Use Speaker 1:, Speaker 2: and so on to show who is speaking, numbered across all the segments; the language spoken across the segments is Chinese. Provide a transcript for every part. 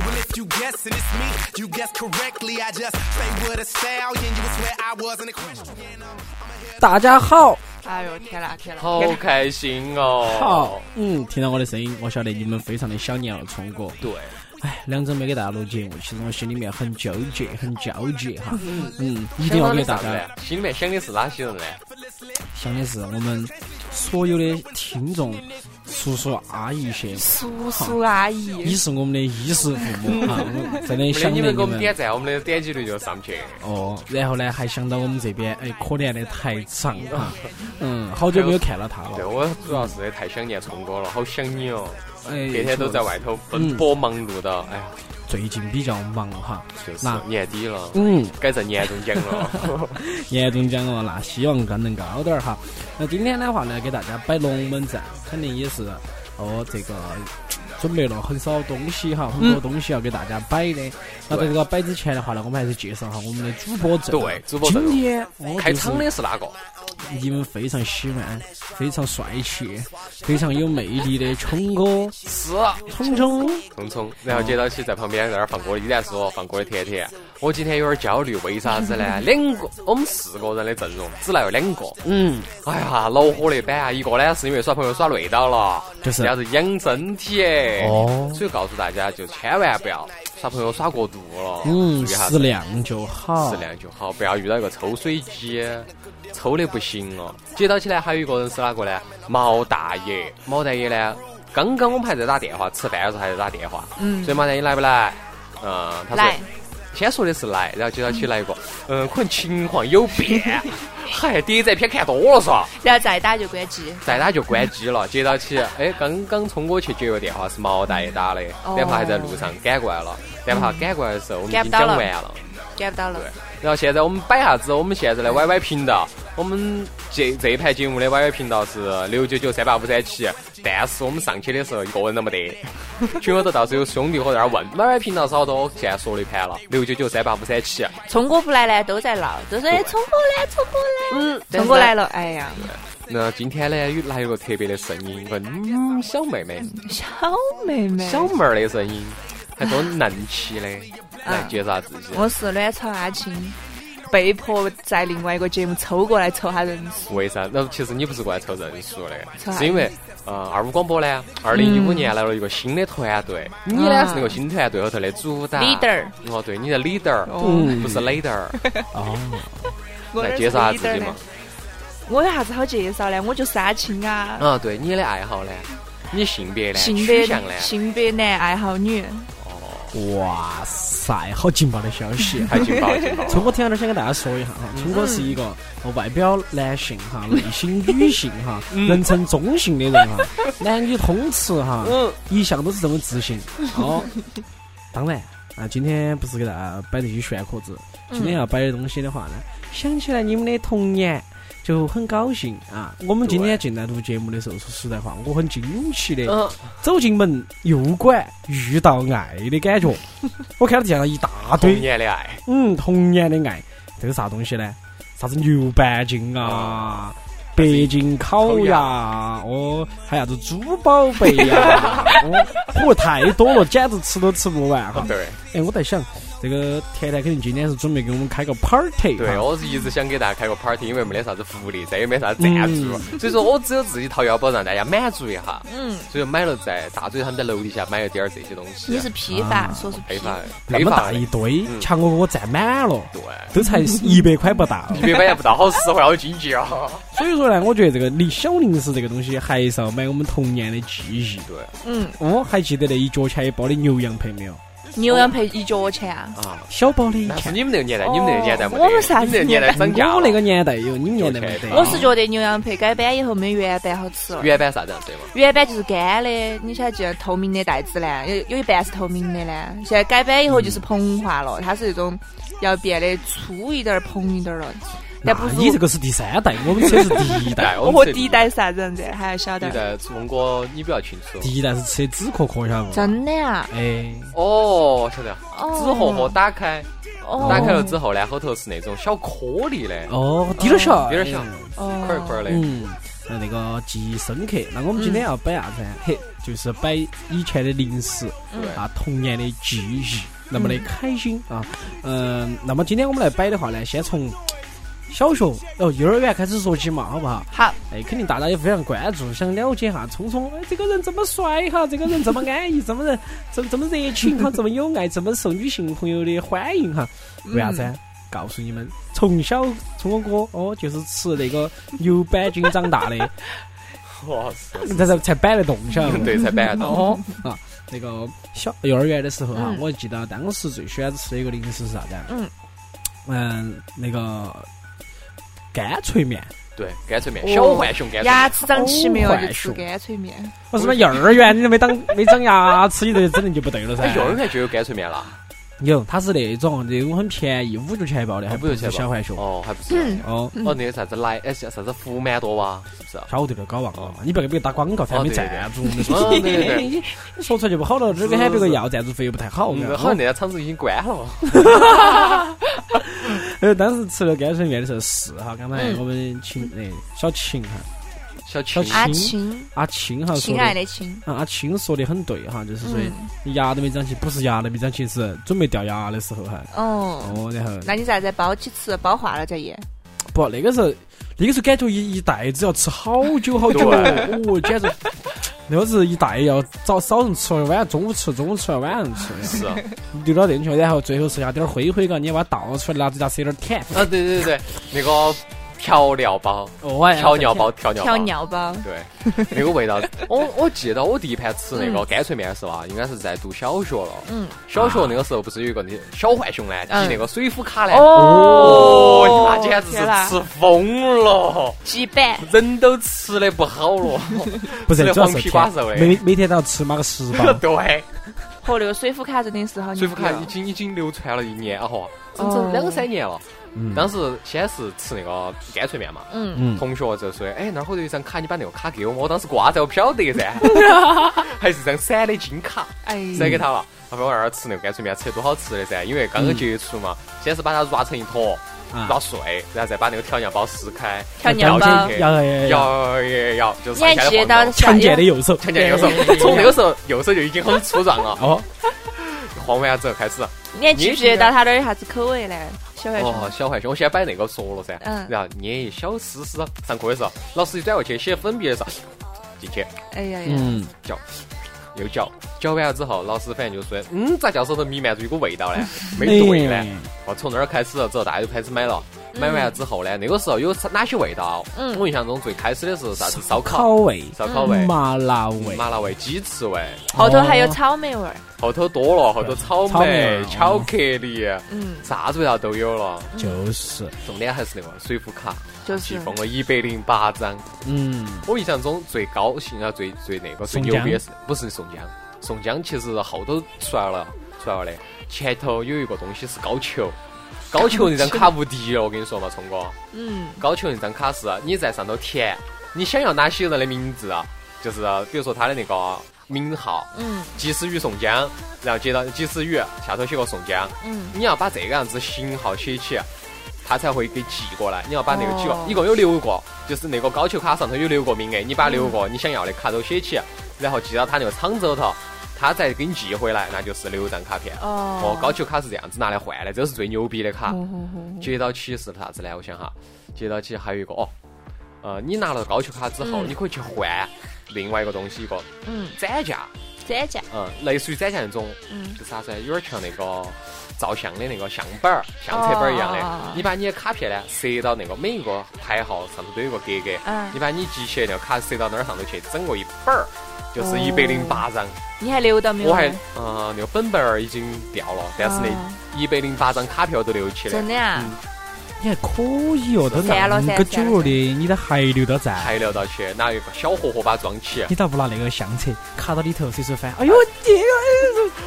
Speaker 1: Well, if you guessing it's me, you guess correctly. I just say what a stallion. You would swear I wasn't a question.
Speaker 2: 大家好，
Speaker 3: 哎呦天啦天啦！
Speaker 4: 好开心哦！
Speaker 2: 好，嗯，听到我的声音，我晓得你们非常的想念二聪哥。
Speaker 4: 对，
Speaker 2: 哎，两周没给大家录节目，其实我心里面很纠结，很纠结哈。嗯，一定要给大家。
Speaker 4: 心里面想的是哪些人呢？
Speaker 2: 想的是我们所有的听众、叔叔阿姨些，
Speaker 3: 叔叔阿姨
Speaker 2: 你，是我们的衣食父母哈，我真的
Speaker 4: 不然
Speaker 2: 想
Speaker 4: 你
Speaker 2: 念
Speaker 4: 们给
Speaker 2: 你
Speaker 4: 我们点
Speaker 2: 们。
Speaker 4: 赞，我们的点击率就上去。
Speaker 2: 哦，然后呢，还想到我们这边，哎，可怜的台长 啊，嗯，好久没有看到他
Speaker 4: 对
Speaker 2: 了，
Speaker 4: 我主要是太想念聪哥了，好想你哦！
Speaker 2: 哎，
Speaker 4: 天天都在外头奔波忙碌的，哎呀，
Speaker 2: 最近比较忙哈，
Speaker 4: 确实
Speaker 2: 那
Speaker 4: 年底了，
Speaker 2: 嗯，
Speaker 4: 该挣年终奖 了。
Speaker 2: 严总讲哦，那希望更能高点儿哈。那今天的话呢，给大家摆龙门阵，肯定也是哦，这个准备了很少东西哈，
Speaker 4: 嗯
Speaker 2: 很多东西要给大家摆的。那在这个摆之前的话呢，我们还是介绍下我们的主播阵容。
Speaker 4: 对主播阵容
Speaker 2: 今天我
Speaker 4: 开
Speaker 2: 就是
Speaker 4: 场的是哪个？
Speaker 2: 你们非常喜欢、非常帅气、非常有魅力的聪哥、
Speaker 4: 是啊
Speaker 2: 聪聪。
Speaker 4: 聪聪。然后接到起在旁边在那儿放歌，依然是我放歌的甜甜。我今天有点焦虑，为啥子呢？两个，我们四个人的阵容只来了两个。
Speaker 2: 嗯，
Speaker 4: 哎呀，恼火那板啊！一个呢是因为耍朋友耍累到了，
Speaker 2: 就是
Speaker 4: 要是养身体
Speaker 2: 哦
Speaker 4: 所以告诉大家就千万不要耍朋友耍过度了，
Speaker 2: 嗯，
Speaker 4: 注意哈
Speaker 2: 适量就好。
Speaker 4: 适。量就好，不要遇到一个抽水机，抽的不行了。接到起来还有一个人是哪个呢？毛大爷，毛大爷呢？刚刚我们还在打电话，吃饭的时候还在打电话，嗯，所以毛大爷来不来？嗯，他说
Speaker 3: 来，
Speaker 4: 先说的是来，然后接到起来一个，嗯，可能情况有变， 嗨，谍战片看多了是吧？
Speaker 3: 然后再打就关机。
Speaker 4: 再打就关机了。接到起，哎，刚刚聪哥去接个电话，是毛大爷打的，
Speaker 3: 哦
Speaker 4: 哪怕还在路上赶过来了，哪怕赶过来的时候我们已
Speaker 3: 赶不
Speaker 4: 经
Speaker 3: 到
Speaker 4: 讲
Speaker 3: 了
Speaker 4: 完了。
Speaker 3: get 不到了
Speaker 4: 对。然后现在我们摆啥子？我们现在的 YY 频道，我们这这一盘节目的 YY 频道是六九九三八五三七，但是我们上去的时候一个人都没得，群友头到时候有兄弟伙在那儿问 YY 频道是好多，现在说了一盘了，六九九三八五三七。
Speaker 3: 聪哥不来呢，都在闹，都说哎聪哥来，聪哥来。嗯，聪哥来了，哎呀，
Speaker 4: 那今天呢，有来一个特别的声音，问、嗯、小妹妹。
Speaker 3: 小妹妹，
Speaker 4: 小妹儿的声音，还多嫩气的，来介绍自己。
Speaker 3: 我是卵巢阿青，被迫在另外一个节目抽过来抽下人数。
Speaker 4: 为啥？那其实你不是过来凑人数的，
Speaker 3: 凑
Speaker 4: 是因为呃，二五广播呢，二零一五年来了一个新的团队，你呢
Speaker 3: 啊
Speaker 4: 是那个新团队后头的组长
Speaker 3: Leader
Speaker 4: 哦，对，你的 leader，
Speaker 2: 嗯
Speaker 4: 不是 leader，
Speaker 2: 哦，
Speaker 3: 我
Speaker 4: 来
Speaker 3: 哪
Speaker 4: 介
Speaker 3: 是
Speaker 4: 绍下
Speaker 3: leader
Speaker 4: 自己嘛
Speaker 3: 呢？我有啥子好介绍呢？我就是阿青啊，
Speaker 4: 啊，对，你的爱好呢？你性别呢？
Speaker 3: 性
Speaker 4: 取
Speaker 3: 别
Speaker 4: 向呢？
Speaker 3: 性别男，爱好女。
Speaker 2: 哇塞，好劲爆的消 息！
Speaker 4: 还劲爆劲爆！
Speaker 2: 聪哥听到这儿先跟大家说一下哈，聪哥是一个呃外表男性哈，内心女性哈，人称中性的人哈，男女通吃哈，一向都是这么自信。哦，当然啊，今天不是给大家摆这些炫壳子，今天要摆的东西的话呢，想起来你们的童年。就很高兴啊！我们今天进来录节目的时候，说实在话，我很惊奇的，
Speaker 4: 嗯，
Speaker 2: 走进门右拐遇到爱的感觉。我看到地上一大堆
Speaker 4: 童年的爱，
Speaker 2: 嗯，童年的爱，这个啥东西呢？啥子牛板筋啊，北京烤
Speaker 4: 烤
Speaker 2: 鸭啊，哦，还有啥子猪宝贝呀、 哦，嚯，太多了，简直吃都吃不完哈。
Speaker 4: 哦啊对
Speaker 2: 哎，我在想，这个甜甜肯定今天是准备给我们开个 party 啊
Speaker 4: 对，哦
Speaker 2: 哈。
Speaker 4: 我是一直想给大家开个 party，因为没得啥子福利，再也没啥子赞助，所以说我只有自己掏腰包让大家满足一下。
Speaker 3: 嗯，
Speaker 4: 所以买了在大嘴他们在楼底下买了点儿这些东西。
Speaker 3: 你是批发，
Speaker 2: 啊
Speaker 3: 说是
Speaker 4: 配
Speaker 3: 批
Speaker 4: 发
Speaker 3: 发。
Speaker 2: 那
Speaker 4: 配
Speaker 2: 么
Speaker 4: 发
Speaker 2: 大
Speaker 4: 的
Speaker 2: 一堆
Speaker 4: 嗯，
Speaker 2: 强哥给我占满了，
Speaker 4: 对，
Speaker 2: 都才一百块不到。
Speaker 4: 一百块钱不到，好实惠，好经济哦。
Speaker 2: 所以说呢，我觉得这个零小零食这个东西，还是要买我们童年的记忆。
Speaker 4: 对，
Speaker 3: 嗯，
Speaker 2: 哦，还记得那一角钱一包的牛羊配没有？
Speaker 3: 牛羊配一角钱啊！
Speaker 2: 小宝的一
Speaker 4: 那是
Speaker 2: 看。
Speaker 4: 你们那个年代，你们那个年代没得，
Speaker 3: 哦我们啥子
Speaker 4: 你们那个年代涨价了
Speaker 2: 我那个年代有，你们 年代没得。
Speaker 4: 嗯
Speaker 3: 我是觉得牛羊配改版以后没原版好吃了。
Speaker 4: 原版啥子样子的嘛？
Speaker 3: 原版就是干的，你晓得记得透明的袋子呢，有有一半是透明的呢。现在改版以后就是膨化了，它是那种要变得粗一点儿、膨一点儿了。但不
Speaker 2: 那
Speaker 3: 是
Speaker 2: 啊你这个是第三代，我们 车是第一代。
Speaker 4: 代，
Speaker 3: 哦我
Speaker 4: 们
Speaker 3: 和
Speaker 4: 这
Speaker 3: 第一代是啥子样子？还要晓
Speaker 4: 第一
Speaker 3: 得？
Speaker 4: 代，聪哥你比较清楚。
Speaker 2: 第一代是吃的纸壳壳，晓得不？
Speaker 3: 真的啊！
Speaker 2: 哎，
Speaker 4: 哦，晓得，
Speaker 3: 哦
Speaker 4: 纸盒盒打开，
Speaker 3: 哦，
Speaker 4: 打开了之后呢，后头是那种小颗粒的，
Speaker 2: 哦，滴点儿
Speaker 3: 嗯
Speaker 2: 小，
Speaker 4: 有点像一
Speaker 3: 哦
Speaker 4: 块一块的。
Speaker 2: 嗯，那那个记忆深刻。那我们今天要摆啥子呢？嘿，就是摆以前的零食啊，童年的记忆，那么的开心啊。嗯，那么今天我们来摆的话呢，先从小学哦幼儿园开始说起嘛，好不好？
Speaker 3: 好，
Speaker 2: 哎，肯定大家也非常关注，想了解哈，聪聪，哎，这个人这么帅哈，这个人这么安逸，这么人这么这么热情哈，这么有爱，这么受女性朋友的欢迎哈，为啥子啊？告诉你们，从小聪哥哦，就是吃那个牛板筋长大的，
Speaker 4: 哇塞，
Speaker 2: 才才才摆得动，晓得不？
Speaker 4: 对，才摆得到。
Speaker 2: 哦啊，那个小幼儿园的时候哈、
Speaker 3: 嗯
Speaker 2: 我记得当时最喜欢吃的一个零食是啥子啊？
Speaker 3: 嗯
Speaker 2: 嗯，那个干脆面，
Speaker 4: 对，干脆面，
Speaker 3: 哦
Speaker 4: 小浣熊干脆
Speaker 3: 牙
Speaker 4: 面。
Speaker 3: 齿长齐没有
Speaker 2: 哦
Speaker 3: 就吃
Speaker 2: 浣熊
Speaker 3: 干脆面。
Speaker 2: 我哦什么幼儿园你都没当 没长牙齿，你这整的就不对了噻
Speaker 4: 哎，。幼儿园就有干脆面啦，
Speaker 2: 有，它是那种那种很便宜，五角钱一包的，还
Speaker 4: 还不
Speaker 2: 是
Speaker 4: 是
Speaker 2: 小浣熊。
Speaker 4: 哦，还不
Speaker 3: 嗯
Speaker 4: 是。
Speaker 2: 哦，
Speaker 4: 哦，那个啥子来，哎，啥啥子福满多哇，是不是啊？
Speaker 2: 晓得点搞忘了，你不要给别个打广告，才
Speaker 4: 哦
Speaker 2: 没
Speaker 4: 对对对
Speaker 2: 赞助。你
Speaker 4: 哦
Speaker 2: 说
Speaker 4: 对对对
Speaker 2: 你 说出来就不好了，这个喊别个要赞助费又不太好。
Speaker 4: 嗯，
Speaker 2: 哦然
Speaker 4: 好
Speaker 2: 后
Speaker 4: 像那家厂子已经关了。
Speaker 2: 呃，当时吃了干脆面的时候是哈，刚才我们请那小秦哈，
Speaker 4: 小哦青， 哦
Speaker 2: 小
Speaker 3: 阿
Speaker 2: 青
Speaker 3: 啊青，
Speaker 2: 阿青哈说
Speaker 3: 亲爱的嗯亲，
Speaker 2: 啊，阿青说的很对哈，就是说牙都没长齐，不是牙都没长齐，是准备掉牙的时候哈。
Speaker 3: 哦，
Speaker 2: 哦，然后
Speaker 3: 那你咋子包起吃，包化了再咽？
Speaker 2: 不，那个时候，那个时候感觉一一袋子要吃好久好久，
Speaker 4: 对
Speaker 2: 哦，简直。那个是一袋要早早上吃，晚上中午吃，中午吃，晚上吃，
Speaker 4: 是啊，
Speaker 2: 留到店去，然后最后剩下点儿灰灰，嘎，你把它倒出来，拿指甲塞点儿舔。
Speaker 4: 啊对对对对，那个调料包，
Speaker 2: 哦，哎
Speaker 4: 调料。包，调料包，
Speaker 3: 调尿包，
Speaker 4: 对，那个味 道，我我记得我第一盘吃那
Speaker 2: 嗯
Speaker 4: 个干脆面的时候啊，应该是在读小学了。
Speaker 3: 嗯，
Speaker 4: 小学那个时候不是有一个那小浣熊呢，骑
Speaker 3: 嗯
Speaker 4: 那个水浒卡呢？
Speaker 3: 哦
Speaker 4: 哦，你妈简直
Speaker 3: 天哪
Speaker 4: 是吃疯了，
Speaker 3: 鸡板，
Speaker 4: 人都吃的不好了。
Speaker 2: 不是
Speaker 4: 吃，了
Speaker 2: 主要
Speaker 4: 黄
Speaker 2: 是
Speaker 4: 皮
Speaker 2: 舔
Speaker 4: 瓜子味。
Speaker 2: 每每天都要吃嘛个十包
Speaker 4: 对，
Speaker 3: 和那个水浒卡真的是
Speaker 2: 嗯
Speaker 3: 好
Speaker 4: 水浒
Speaker 3: 牛逼
Speaker 2: 啊
Speaker 4: 卡已
Speaker 3: 哦。
Speaker 4: 经已经流传了一年啊，哈，整整两三年了。当时先是吃那个干脆面嘛，
Speaker 3: 嗯，
Speaker 2: 嗯，
Speaker 4: 同学就说：“哎，那儿后头有一张卡，你把那个卡给我嘛。”我当时挂在，我不晓得 噻， 还是张闪的金卡，
Speaker 3: 哎，
Speaker 2: 嗯
Speaker 4: 塞给他了。他说：“我二吃那个干脆面，吃得多好吃的噻！因为刚刚接触嘛，先是把它揉成一坨，
Speaker 2: 嗯啊
Speaker 4: 揉碎，然后再把那个调料包撕开，
Speaker 3: 调
Speaker 4: 然
Speaker 3: 料
Speaker 4: 后
Speaker 3: 包
Speaker 4: 咬进去
Speaker 2: 要要要要，
Speaker 4: 摇摇摇，就是
Speaker 3: 你还
Speaker 4: 上下
Speaker 3: 记得
Speaker 4: 的
Speaker 3: 到
Speaker 4: 晃动。
Speaker 2: 强健的右手。
Speaker 4: 看见右手，从那个时候右手就已经很粗壮了。
Speaker 2: 哦，
Speaker 4: 晃完之后开始，
Speaker 3: 你还记不记得到他那儿有啥子口味呢？小浣
Speaker 4: 哦，
Speaker 3: 熊，
Speaker 4: 小浣熊，我先摆那个说了噻，
Speaker 3: 嗯
Speaker 4: 然后捏一小丝丝。上课的时候，老师一转过去写粉笔的时候，进去
Speaker 3: 哎呀呀，
Speaker 2: 嗯，
Speaker 4: 嚼，又嚼，嚼完了之后，老师反正就说，嗯，咋教室头弥漫出一股味道 呢？没对
Speaker 3: 哎
Speaker 4: 呢。哦，从那儿开始之后，大家就开始买了。买完了之后呢，那个时候有哪些味道？
Speaker 3: 嗯
Speaker 4: 我印象中最开始的是啥子烧
Speaker 2: 烤
Speaker 4: 烤、
Speaker 2: 味、
Speaker 4: 烧烤味、
Speaker 2: 麻辣味、
Speaker 4: 麻辣味、鸡翅味，
Speaker 3: 后头还有草莓味儿，
Speaker 4: 后头多了，后头草
Speaker 2: 草莓
Speaker 4: 莓
Speaker 2: 啊、
Speaker 4: 巧克力，
Speaker 3: 嗯，
Speaker 4: 啥子味道都有了。
Speaker 2: 就是，
Speaker 4: 重点还是那个水浒卡，
Speaker 3: 就
Speaker 4: 寄
Speaker 3: 是
Speaker 4: 封了一百零八张。
Speaker 2: 嗯，
Speaker 4: 我印象中最高兴啊，最最那个最
Speaker 2: 宋
Speaker 4: 牛逼
Speaker 2: 江
Speaker 4: 的是不是宋江？宋江其实后头出来了，出来了的。前头有一个东西是高俅，高俅那张卡无敌了，我跟你说嘛，聪哥，
Speaker 3: 嗯，
Speaker 4: 高俅那张卡是你在上头填你想要哪些人的名字，啊，就是比如说他的那个啊名号，
Speaker 3: 嗯，
Speaker 4: 及时雨宋江，然后接到及时雨下头写个宋江，
Speaker 3: 嗯，
Speaker 4: 你要把这个样子型号写起。他才会给寄过来。你要把那个几个，
Speaker 3: 哦
Speaker 4: 一共有六个，就是那个高俅卡上头有六个名额，你把六
Speaker 3: 嗯
Speaker 4: 个你想要的卡都写起，然后寄到他那个厂子头头，他再给你寄回来，那就是六张卡片。
Speaker 3: 哦
Speaker 4: 哦，高俅卡是这样子拿来换的，这是最牛逼的卡。
Speaker 3: 哦
Speaker 4: 接到起是啥子呢？我想哈，接到起还有一个哦，呃，你拿了高俅卡之后，
Speaker 3: 嗯
Speaker 4: 你可以去换另外一个东西，一个
Speaker 3: 嗯
Speaker 4: 展架，
Speaker 3: 展架，
Speaker 4: 嗯，类似于展现那种，
Speaker 3: 嗯
Speaker 4: 就是啥子呢，有点像那个照相的那个相本儿、相册本儿一样
Speaker 3: 哦
Speaker 4: 的。你把你的卡片呢折到那个每一个牌号上头都有个格格
Speaker 3: 嗯，
Speaker 4: 你把你集齐的那个卡折到那儿上头去，整个一本儿就是一百零八张。
Speaker 3: 你还留到没有？
Speaker 4: 我还呃那个本本儿已经掉了，但是那
Speaker 3: 哦
Speaker 4: 一百零八张卡票都留起来
Speaker 3: 真，的啊，
Speaker 2: 你还可以哦，都
Speaker 3: 删了
Speaker 2: 那个
Speaker 3: 删了
Speaker 2: 久了的，你都还留到在。
Speaker 4: 还留到起，拿一个小盒盒把它装起。
Speaker 2: 你咋不拿那个相册卡到里头随手翻？哎呦，这个，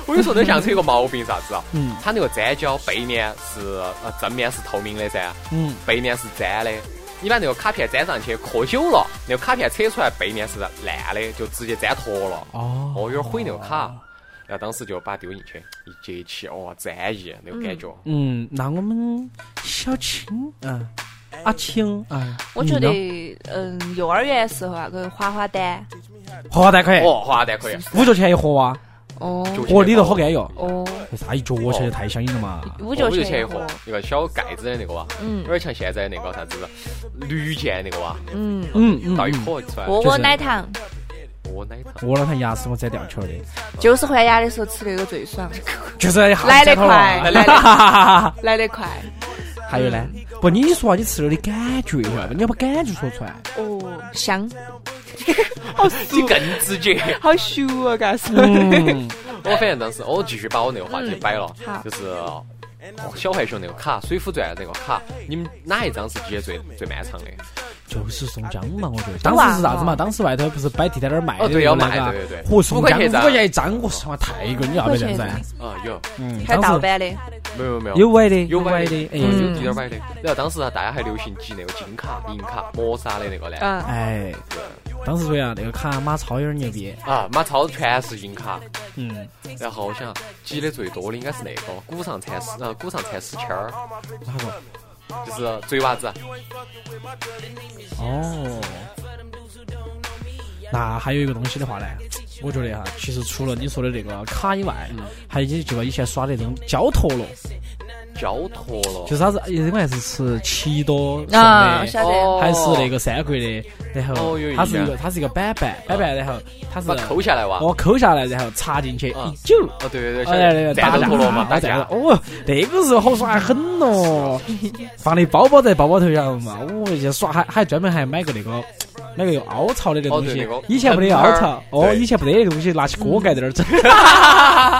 Speaker 4: 我跟你说，那相册有个毛病啥子啊？
Speaker 2: 嗯
Speaker 4: 它那个粘胶背面是呃正面是透明的噻，
Speaker 2: 嗯，
Speaker 4: 背面是粘的。你把那个卡片粘上去，刻久了，那个卡片扯出来背面是烂的，就直接粘脱了。
Speaker 2: 哦
Speaker 4: 哦，有点毁那个卡。然后当时就把它丢进去，一接起，哇，粘一那个感觉。
Speaker 2: 嗯，那我们小青，嗯，阿青，哎，
Speaker 3: 我觉
Speaker 2: 你呢
Speaker 3: 得，嗯，幼儿园时候啊，个滑滑单，
Speaker 2: 滑蛋可
Speaker 3: 嗯
Speaker 2: 以，
Speaker 4: 哦，滑蛋可以，
Speaker 2: 五角钱一盒啊，
Speaker 3: 哦
Speaker 4: 就
Speaker 2: 哦，里头好安逸，哦，
Speaker 3: 哦，
Speaker 2: 啥一角钱就太香了嘛，
Speaker 3: 五角
Speaker 4: 我就
Speaker 3: 钱
Speaker 4: 一盒，那个小盖子的那个哇，
Speaker 3: 嗯
Speaker 4: 有点像现在那个啥子绿箭那个哇，
Speaker 3: 嗯，
Speaker 2: 嗯嗯
Speaker 4: 倒一
Speaker 2: 嗯，
Speaker 4: 颗出来，
Speaker 3: 窝
Speaker 2: 就
Speaker 3: 窝
Speaker 2: 是
Speaker 3: 奶糖，
Speaker 4: 我奶糖。
Speaker 2: 我那盘牙齿我摘掉去了的，
Speaker 3: 就是换牙的时候吃那个最爽，
Speaker 2: 就是一下子
Speaker 3: 来得
Speaker 2: 摘头
Speaker 3: 快，
Speaker 2: 了
Speaker 3: 来得快
Speaker 2: 啊。
Speaker 3: 来得快，
Speaker 2: 还有呢？不，你说啊下你吃了的感觉一下吧，你要把感觉说出来。
Speaker 3: 哦，香，
Speaker 4: 你更直接。
Speaker 3: 好熟啊，嘎是，
Speaker 2: 嗯，
Speaker 4: 我反正当时我继续把我那个话题摆了
Speaker 3: 嗯好，
Speaker 4: 就是哦小浣熊那个卡，《水浒传》那个卡，你们哪一张是记得最最漫长的？
Speaker 2: 就是宋江嘛，我觉得。当时是啥子嘛？当时外头不是摆地摊那儿卖的
Speaker 4: 哦对
Speaker 2: 那个
Speaker 4: 要卖
Speaker 2: 那个
Speaker 4: 对对对
Speaker 2: 嚯，宋江
Speaker 4: 五块钱一
Speaker 2: 五
Speaker 4: 张
Speaker 2: 块钱一张，我操，太贵，你要不要这样子啊？
Speaker 4: 啊，有，
Speaker 2: 嗯，
Speaker 3: 还
Speaker 2: 当
Speaker 3: 盗
Speaker 2: 时
Speaker 3: 版的，
Speaker 4: 没有没有
Speaker 2: 有歪的，
Speaker 4: 有
Speaker 2: 歪
Speaker 4: 的，
Speaker 2: 的，
Speaker 4: 有
Speaker 2: 哎
Speaker 4: 有有点歪的。然后嗯当时啊大家还流行集那个金卡、银卡、磨砂的那个呢，
Speaker 3: 嗯，
Speaker 2: 哎，当时说呀，那个卡马超有点牛逼，
Speaker 4: 啊，马超全是银卡。
Speaker 2: 嗯，
Speaker 4: 然后我想集的最多的应该是那个古上禅师，呃，古上禅师谦儿，
Speaker 2: 哪个？
Speaker 4: 就是嘴娃子，啊
Speaker 2: 哦，那还有一个东西的话呢，我觉得哈，其实除了你说的那个卡以外，嗯还有就以前耍那种焦陀螺，
Speaker 4: 焦坨了。
Speaker 2: 就是啥子，因为我还是吃奇多送
Speaker 3: 啊，
Speaker 2: 的。
Speaker 3: 晓得，
Speaker 4: 哦
Speaker 2: 还是那个三国的，然后
Speaker 4: 哦有印
Speaker 2: 它是一
Speaker 4: 象
Speaker 2: 个它是一个板板板板，然后它是
Speaker 4: 把抠下来哇！
Speaker 2: 哦抠下来，然后插进去
Speaker 4: 啊
Speaker 2: 一揪，
Speaker 4: 哦，对对对，
Speaker 2: 哎，那个
Speaker 4: 战
Speaker 2: 打
Speaker 4: 斗
Speaker 2: 架
Speaker 4: 陀螺嘛，打
Speaker 2: 打
Speaker 4: 架
Speaker 2: 架，哦，那个时候好耍很哦，放的包包在包包头上嘛，我去耍还还专门还买个那个。买个有凹槽的那东
Speaker 4: 哦对
Speaker 2: 西
Speaker 4: 那个，
Speaker 2: 以前没得凹槽，
Speaker 4: 盆
Speaker 2: 哦，
Speaker 4: 对
Speaker 2: 以前没得那个东西，拿起锅盖在那儿整。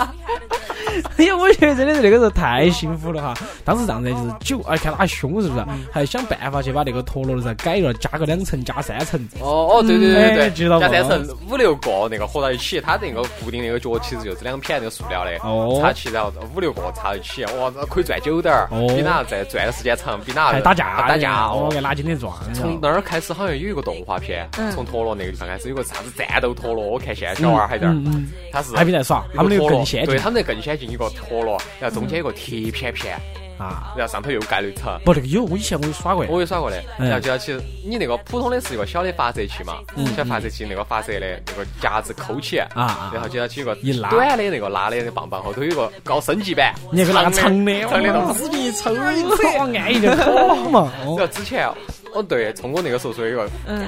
Speaker 2: 哎呀，我觉得真的是那个时候太幸福了哈！当时让人就是酒，哎，看他凶是不是？
Speaker 4: 嗯
Speaker 2: 还要想办法去把那个陀螺噻改了，加个两层，加三层。
Speaker 4: 哦哦，对对对对
Speaker 2: 哎知道
Speaker 4: 对，
Speaker 2: 吗
Speaker 4: 加三层五六个那个合到一起，它那个固定那个脚其实就是两片那个塑料的，
Speaker 2: 哦
Speaker 4: 插起然后五六个插一起，哇，这可以转久点儿，
Speaker 2: 哦
Speaker 4: 比哪再转的时间长，比哪
Speaker 2: 还打架，
Speaker 4: 打架
Speaker 2: 我
Speaker 4: 哦。
Speaker 2: 给拿今天撞了。
Speaker 4: 从那儿开始好像有一个动画片，从陀螺那个地方开始有个啥子战斗陀螺，我看现在小娃儿还在那儿
Speaker 2: 嗯嗯嗯，
Speaker 4: 他是
Speaker 2: 还没在耍
Speaker 4: 有
Speaker 2: 他们那个
Speaker 4: 陀螺
Speaker 2: 更先进
Speaker 4: 对他们那个更先进一个陀螺，然后中间有个铁片片，
Speaker 2: 啊，
Speaker 4: 然后上头又盖了一层。
Speaker 2: 不，那个有，我以前我也耍过。
Speaker 4: 我也耍过的，
Speaker 2: 嗯嗯
Speaker 4: 然后就要去你那个普通的是一个小的发射器嘛，小发射器那个发射的那个夹子抠起，
Speaker 2: 啊
Speaker 4: 然后就要起一个
Speaker 2: 一拉
Speaker 4: 短的那个拉的那个棒棒，后头有个高升级版，
Speaker 2: 你那个拿长的，
Speaker 4: 长的东西。
Speaker 2: 子一抽一扯，往安逸就好嘛。
Speaker 4: 然后之前哦对，聪哥那个时候说有个
Speaker 3: 嗯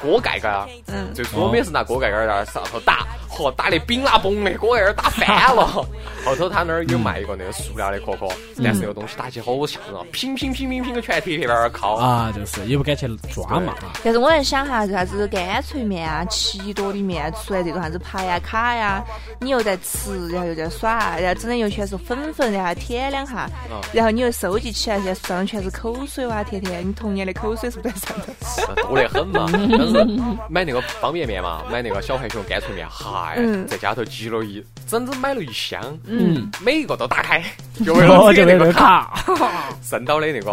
Speaker 4: 锅盖盖儿，
Speaker 3: 嗯，
Speaker 4: 最初我们也是拿锅盖盖儿在那上头打，嚯打的冰拉崩的，锅盖盖儿打翻了。 后头他那儿有卖一个那个塑料的壳壳，但是那个东西打起好像啊，乒乒乒乒乒个全贴贴在那儿敲。
Speaker 2: 啊，就是也不敢去抓 嘛。
Speaker 3: 但是我在想哈，啥子干脆面啊、奇多里面出来这种啥子爬呀、卡呀，你又在吃，然后又在耍，然后整的又全是粉粉，然后舔两下，然后你又收集起来，现在上头全是口水哇，甜甜，你童年的口水是不是在上头？
Speaker 4: 多得很嘛。当时买那个方便面嘛，买那个小浣熊干脆面，嗨
Speaker 3: 嗯，
Speaker 4: 在家头积了一整整买了一箱，
Speaker 2: 嗯，
Speaker 4: 每一个都打开，就为了
Speaker 2: 我
Speaker 4: 这
Speaker 2: 就
Speaker 4: 个那
Speaker 2: 那
Speaker 4: 个
Speaker 2: 个
Speaker 4: 卡，
Speaker 2: 卡，
Speaker 4: 剩到的那个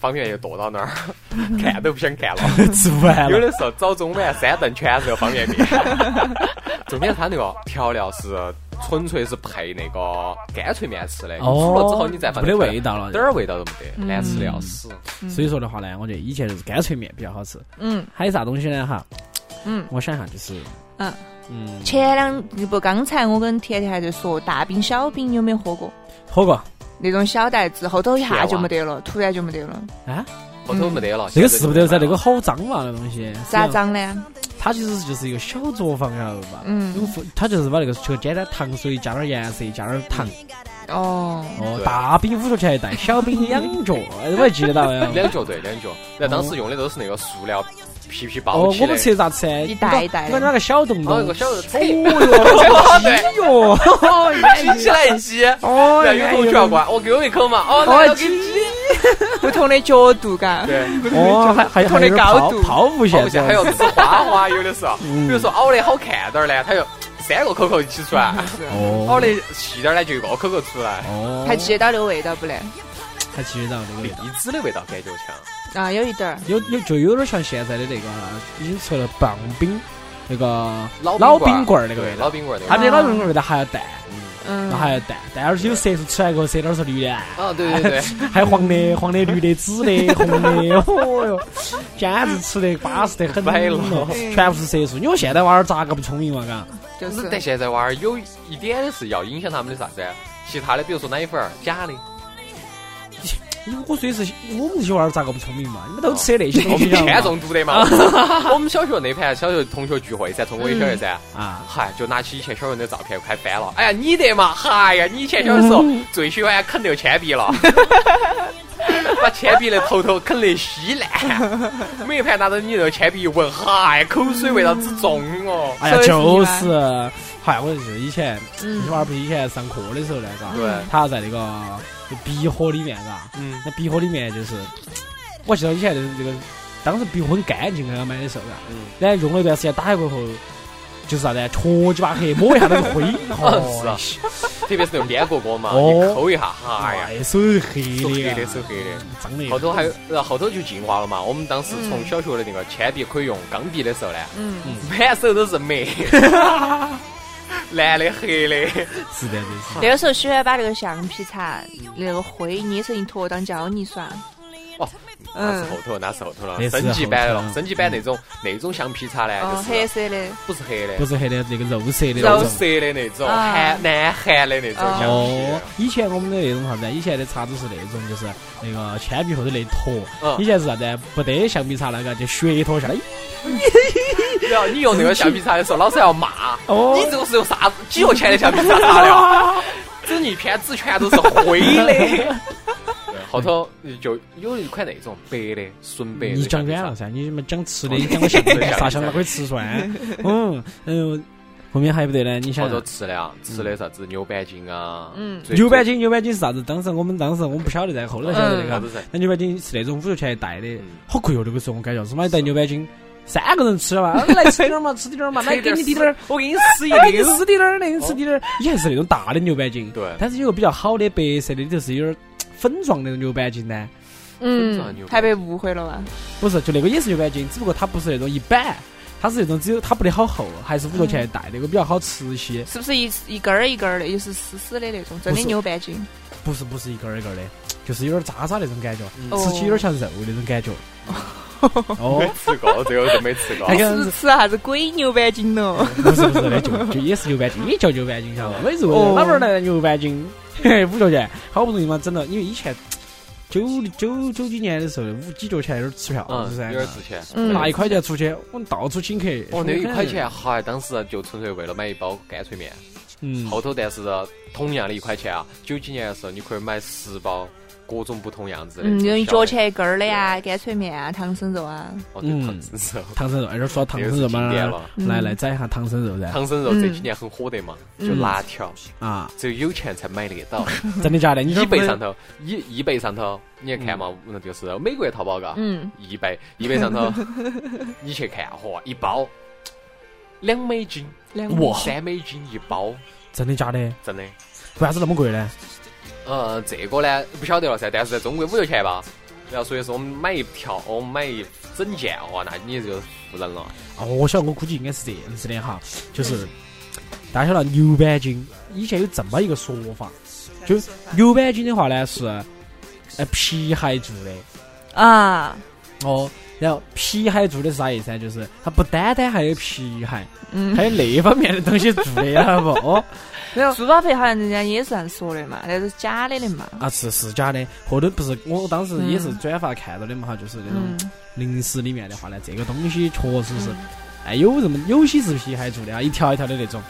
Speaker 4: 方便面就剁到那儿， 看都不想看了。
Speaker 2: 吃不完
Speaker 4: 有
Speaker 2: 了。
Speaker 4: 的时候早中晚三顿全是方便面， 重点是它那个调料是纯粹是配那个干脆面吃的，你
Speaker 2: 哦
Speaker 4: 煮了之后你再放
Speaker 2: 没得
Speaker 4: 出来
Speaker 2: 味道了嗯
Speaker 4: 一点儿味道都没得，难吃的要死。
Speaker 2: 所以说的话呢，我觉得以前就是干脆面比较好吃。
Speaker 3: 嗯，
Speaker 2: 还有啥东西呢？哈，
Speaker 3: 嗯，
Speaker 2: 我想一下，就是
Speaker 4: 嗯
Speaker 2: 嗯
Speaker 3: 前两不，刚才我跟甜甜还在说大饼、小饼，你有没有喝过？
Speaker 2: 火锅
Speaker 3: 那种小袋子，后头一
Speaker 4: 甜
Speaker 3: 下
Speaker 4: 哇
Speaker 3: 就没得了，突然就没得了，
Speaker 2: 啊，
Speaker 4: 后头没得了，
Speaker 2: 那个是不得噻？
Speaker 4: 现在
Speaker 2: 那
Speaker 4: 就
Speaker 2: 个好脏嘛，那个东西。
Speaker 3: 咋？脏呢？
Speaker 2: 它其实就是一个小作坊，晓得吧？
Speaker 3: 嗯
Speaker 2: 有分，它就是把那个就简单糖水加点颜色，加点糖。
Speaker 3: 哦，
Speaker 2: 哦，
Speaker 4: 对
Speaker 2: 大饼五角钱一袋，小饼两角，哎我还记得 到呀。
Speaker 4: 两角对两角，然后当时用的都是那个塑料皮皮包
Speaker 2: 哦，
Speaker 4: 起
Speaker 2: 我
Speaker 4: 的
Speaker 2: 们。吃啥吃？
Speaker 3: 一袋一袋
Speaker 2: 你看那个小洞
Speaker 4: 哦，有
Speaker 2: 洞
Speaker 4: 个。小的扯
Speaker 2: 哦，哟，
Speaker 4: 对
Speaker 2: 哎哟，
Speaker 4: 挤起来一挤，
Speaker 2: 哦，
Speaker 4: 然后有同学要管，我给我一口嘛，哦，那
Speaker 3: 哦
Speaker 4: 要给 你挤。
Speaker 3: 不同的角度，嘎，
Speaker 4: 对，
Speaker 2: 哦，还还
Speaker 3: 同
Speaker 2: 还
Speaker 3: 的
Speaker 2: 有
Speaker 3: 高
Speaker 2: 泡
Speaker 3: 度
Speaker 2: 泡芙
Speaker 4: 我
Speaker 2: 现
Speaker 4: 们
Speaker 2: 在
Speaker 4: 现在还要吃花花，有的是，
Speaker 2: 嗯
Speaker 4: 比如说熬得好看点儿呢，它就三个口口一起出来；熬
Speaker 2: 哦
Speaker 4: 得细点儿呢，就一个口口出来。
Speaker 2: 哦，
Speaker 3: 还记得到那个味道不嘞？
Speaker 2: 还记得到那个味
Speaker 4: 栗
Speaker 2: 道。
Speaker 4: 子的味道感觉强，
Speaker 3: 啊，有一点儿，
Speaker 2: 有有就有点像现在的那个啊已经出了棒冰那个
Speaker 4: 老
Speaker 2: 冰棍儿
Speaker 4: 那
Speaker 2: 那个味
Speaker 4: 老
Speaker 2: 道，
Speaker 4: 冰棍儿那
Speaker 2: 它
Speaker 4: 个味
Speaker 2: 比老冰棍儿味道还要淡，
Speaker 3: 嗯
Speaker 2: 那，还要淡，淡而且有色素出来过，色点儿是绿的，
Speaker 4: 道。啊，对对对，
Speaker 2: 还黄的、黄的、绿的、紫的、红的，哦哟，简直吃的巴适得很哦
Speaker 4: 歪了
Speaker 2: 全部是色素。你说现在娃儿咋个不聪明嘛？嘎，
Speaker 3: 就
Speaker 4: 但
Speaker 3: 是
Speaker 4: 是但现在娃儿有一点的是要影响他们的啥子啊？其他的，比如说奶粉儿，假的，
Speaker 2: 我说的是我们这些娃儿咋个不聪明嘛？你们都吃那些东
Speaker 4: 我们
Speaker 2: 西，
Speaker 4: 铅
Speaker 2: 晓得吗
Speaker 4: 中毒的嘛。 我们小学那盘小学同学聚会噻，中国有小学噻，
Speaker 2: 啊，
Speaker 4: 嗨，就拿起以前小人的照片开翻了。哎呀，你的嘛，嗨呀，你以前小的时候最喜欢啃那个铅笔 了，把铅笔的头头啃得稀烂，每一盘拿着你那个铅笔一闻，嗨，口水味道之重哦。
Speaker 2: 哎呀，
Speaker 3: 所以是
Speaker 2: 就
Speaker 3: 你
Speaker 2: 是，嗨，我就是以前那
Speaker 3: 嗯
Speaker 2: 些娃儿不是以前上课的时候那个，
Speaker 4: 对，
Speaker 2: 他在那个鼻火里面，嘎，
Speaker 4: 嗯，
Speaker 2: 那鼻火里面就是，我记得以前就是这个，当时鼻火很干净，刚刚买的时候，嘎，
Speaker 4: 嗯
Speaker 2: 然后用了一段时间，打开过后，就是啥子，戳几把黑，抹一下那个灰，
Speaker 4: 哦 是啊
Speaker 2: 是
Speaker 4: 特别是那种烟锅锅嘛，
Speaker 2: 哦
Speaker 4: 一抠一下，嗨呀，
Speaker 2: 哎，手是黑
Speaker 4: 手黑
Speaker 2: 的
Speaker 4: 的
Speaker 2: 啊，
Speaker 4: 手黑的。
Speaker 2: 脏的。
Speaker 4: 后头还有，然后后头就进化了嘛。我们当时从小学的那个铅笔可以用钢笔的时候呢，
Speaker 3: 嗯，
Speaker 4: 满手都 是煤，蓝的黑的。
Speaker 2: 是的，真
Speaker 4: 哎
Speaker 2: 是。
Speaker 3: 那个时候喜欢把那个橡皮擦那个灰捏成一坨当胶泥耍，
Speaker 4: 哦，那是
Speaker 3: 嗯
Speaker 4: 后，头，那是后头
Speaker 2: 那
Speaker 4: 了，
Speaker 2: 是啊
Speaker 4: 升级版的
Speaker 2: 后头
Speaker 4: 了，
Speaker 2: 了
Speaker 4: 升级版那种那种橡皮擦呢，
Speaker 3: 哦，
Speaker 4: 就
Speaker 3: 黑
Speaker 4: 是啊
Speaker 3: 色的，
Speaker 4: 不是黑
Speaker 2: 不
Speaker 4: 的，
Speaker 2: 是黑的，那个肉色的那
Speaker 4: 肉
Speaker 2: 种。
Speaker 4: 色的那种，
Speaker 3: 啊
Speaker 4: 韩南韩的那种
Speaker 3: 哦
Speaker 4: 橡
Speaker 2: 哦
Speaker 4: 皮。，
Speaker 2: 以前我们的那种啥子？以前的擦子是那种，就是那个铅笔后头那一坨。
Speaker 4: 嗯
Speaker 2: 以前是啥子？不得橡皮擦那个，就削一坨下来。哎
Speaker 4: 然后啊你用那个橡皮擦的时候，老师还要骂，
Speaker 2: 哦
Speaker 4: 你这个是用啥子几毛钱的橡皮擦擦 的？啊整一片纸全都是灰的。对后头就有一款那种白的纯白的橡皮擦，
Speaker 2: 你讲远了噻，你们讲吃
Speaker 4: 哦
Speaker 2: 的，你讲个 橡皮啥想到可以吃蒜？嗯，嗯，后面还不得呢？你
Speaker 4: 后
Speaker 2: 想
Speaker 4: 头吃的啊，吃的啥子牛板筋啊，
Speaker 3: 嗯
Speaker 4: 最
Speaker 2: 嗯牛板筋，牛板筋是啥子？当时我们当时我们不晓得噻，后头才晓得
Speaker 4: 嗯啥
Speaker 2: 那
Speaker 4: 子
Speaker 2: 个。
Speaker 4: 噻？
Speaker 2: 那牛板筋是那种五角钱一袋的
Speaker 4: 嗯，
Speaker 2: 好贵哦！那个时候我感觉，是妈一袋牛板筋，三个人吃了吧？来吃点儿嘛，吃点儿 嘛，来给你滴点儿，
Speaker 4: 我给你撕一
Speaker 2: 哎，你
Speaker 4: 溜。哦
Speaker 2: 吃点儿，那个吃点儿。以前是那种大的牛板筋，
Speaker 4: 对
Speaker 2: 但是有个比较好的白色的，里头是有点儿粉状的那种牛板筋呢。
Speaker 3: 嗯，还被误会了哇，
Speaker 2: 不是，就那个也是牛板筋，只不过它不是那种一板，它是那种只有它不得好厚，还是五角钱一
Speaker 4: 嗯
Speaker 2: 袋，那个比较好吃些。
Speaker 3: 是不是一一根儿一根儿的，又是丝丝的那种，真
Speaker 2: 不
Speaker 3: 的
Speaker 2: 是
Speaker 3: 牛板筋，
Speaker 2: 不是不是一根儿一根儿的，就是有点儿渣渣那种感觉，
Speaker 3: 哦
Speaker 2: 吃起有点像肉那种 感觉。哦
Speaker 4: 没，吃过，这个都没吃过
Speaker 2: 那。
Speaker 3: 是不是
Speaker 2: 个
Speaker 3: 吃啥子鬼牛板筋咯？
Speaker 2: 不是不是那就就也是牛板筋，也叫牛板筋，晓得吧？每次
Speaker 4: 哦
Speaker 2: 问哪门儿来的牛板筋？嘿，五角钱，好不容易嘛整了，因为以前九九九几年的时候，五几角钱有点儿吃票
Speaker 4: 嗯
Speaker 2: 是，噻
Speaker 4: 有，点值钱。
Speaker 3: 嗯
Speaker 2: 拿一块钱出去，我们到处请客。
Speaker 4: 哦，那一块钱，嗨，当时就纯粹为了买一包干脆面。
Speaker 2: 嗯，
Speaker 4: 后头但是同样的一块钱啊，九几年的时候你可以买十包各种不同样子的。
Speaker 3: 嗯，有一
Speaker 4: 小
Speaker 3: 角
Speaker 4: 的。
Speaker 3: 钱一根儿的呀，干脆面啊，唐僧肉啊，
Speaker 4: 哦，对，
Speaker 2: 嗯
Speaker 4: 唐僧肉。
Speaker 2: 唐僧肉，二说到唐僧肉嘛
Speaker 4: 这个是经典了，
Speaker 3: 嗯
Speaker 2: 来来宰一下唐僧肉噻
Speaker 4: 唐僧肉这几年很火的嘛，就
Speaker 3: 嗯
Speaker 4: 辣条，
Speaker 2: 啊！
Speaker 4: 只有有钱才买得到。
Speaker 2: 真的假嗯 的？你嗯
Speaker 4: 易
Speaker 2: 说
Speaker 4: 贝上
Speaker 2: 头
Speaker 4: 头，易易贝上头，你也看嘛，那就是美国的淘宝嘎，
Speaker 3: 嗯，
Speaker 4: 易贝易贝上头，你去看，嚯，一包两美金，
Speaker 3: 两
Speaker 4: 哇，三美金一包，
Speaker 2: 真的假的？
Speaker 4: 真的。
Speaker 2: 为啥子那么贵呢？
Speaker 4: 呃，这个呢不晓得了噻，但是在中国五角钱吧，然后所以说我们买一条，我们买一整件，哇，那你就是富人了。
Speaker 2: 哦，我晓得，我估计应该是这样子的哈，就是大家晓得牛板筋以前有这么一个说法，就牛板筋的话呢是呃皮海做的
Speaker 3: 啊，
Speaker 2: 哦，然后皮海做的是啥意思呢？就是它不单单还有皮海，
Speaker 3: 嗯
Speaker 2: 还有那方面的东西做的，晓得不？哦，
Speaker 3: 猪宝贝好像人家也是这样说的嘛，那是假的的嘛，
Speaker 2: 啊是是假的，后头不是我当时也是转发看到的嘛哈，就是那种
Speaker 3: 嗯
Speaker 4: 嗯
Speaker 2: 零食里面的话呢，这个东西确实是。哎有这么有些是皮还做的啊，一条一条的那种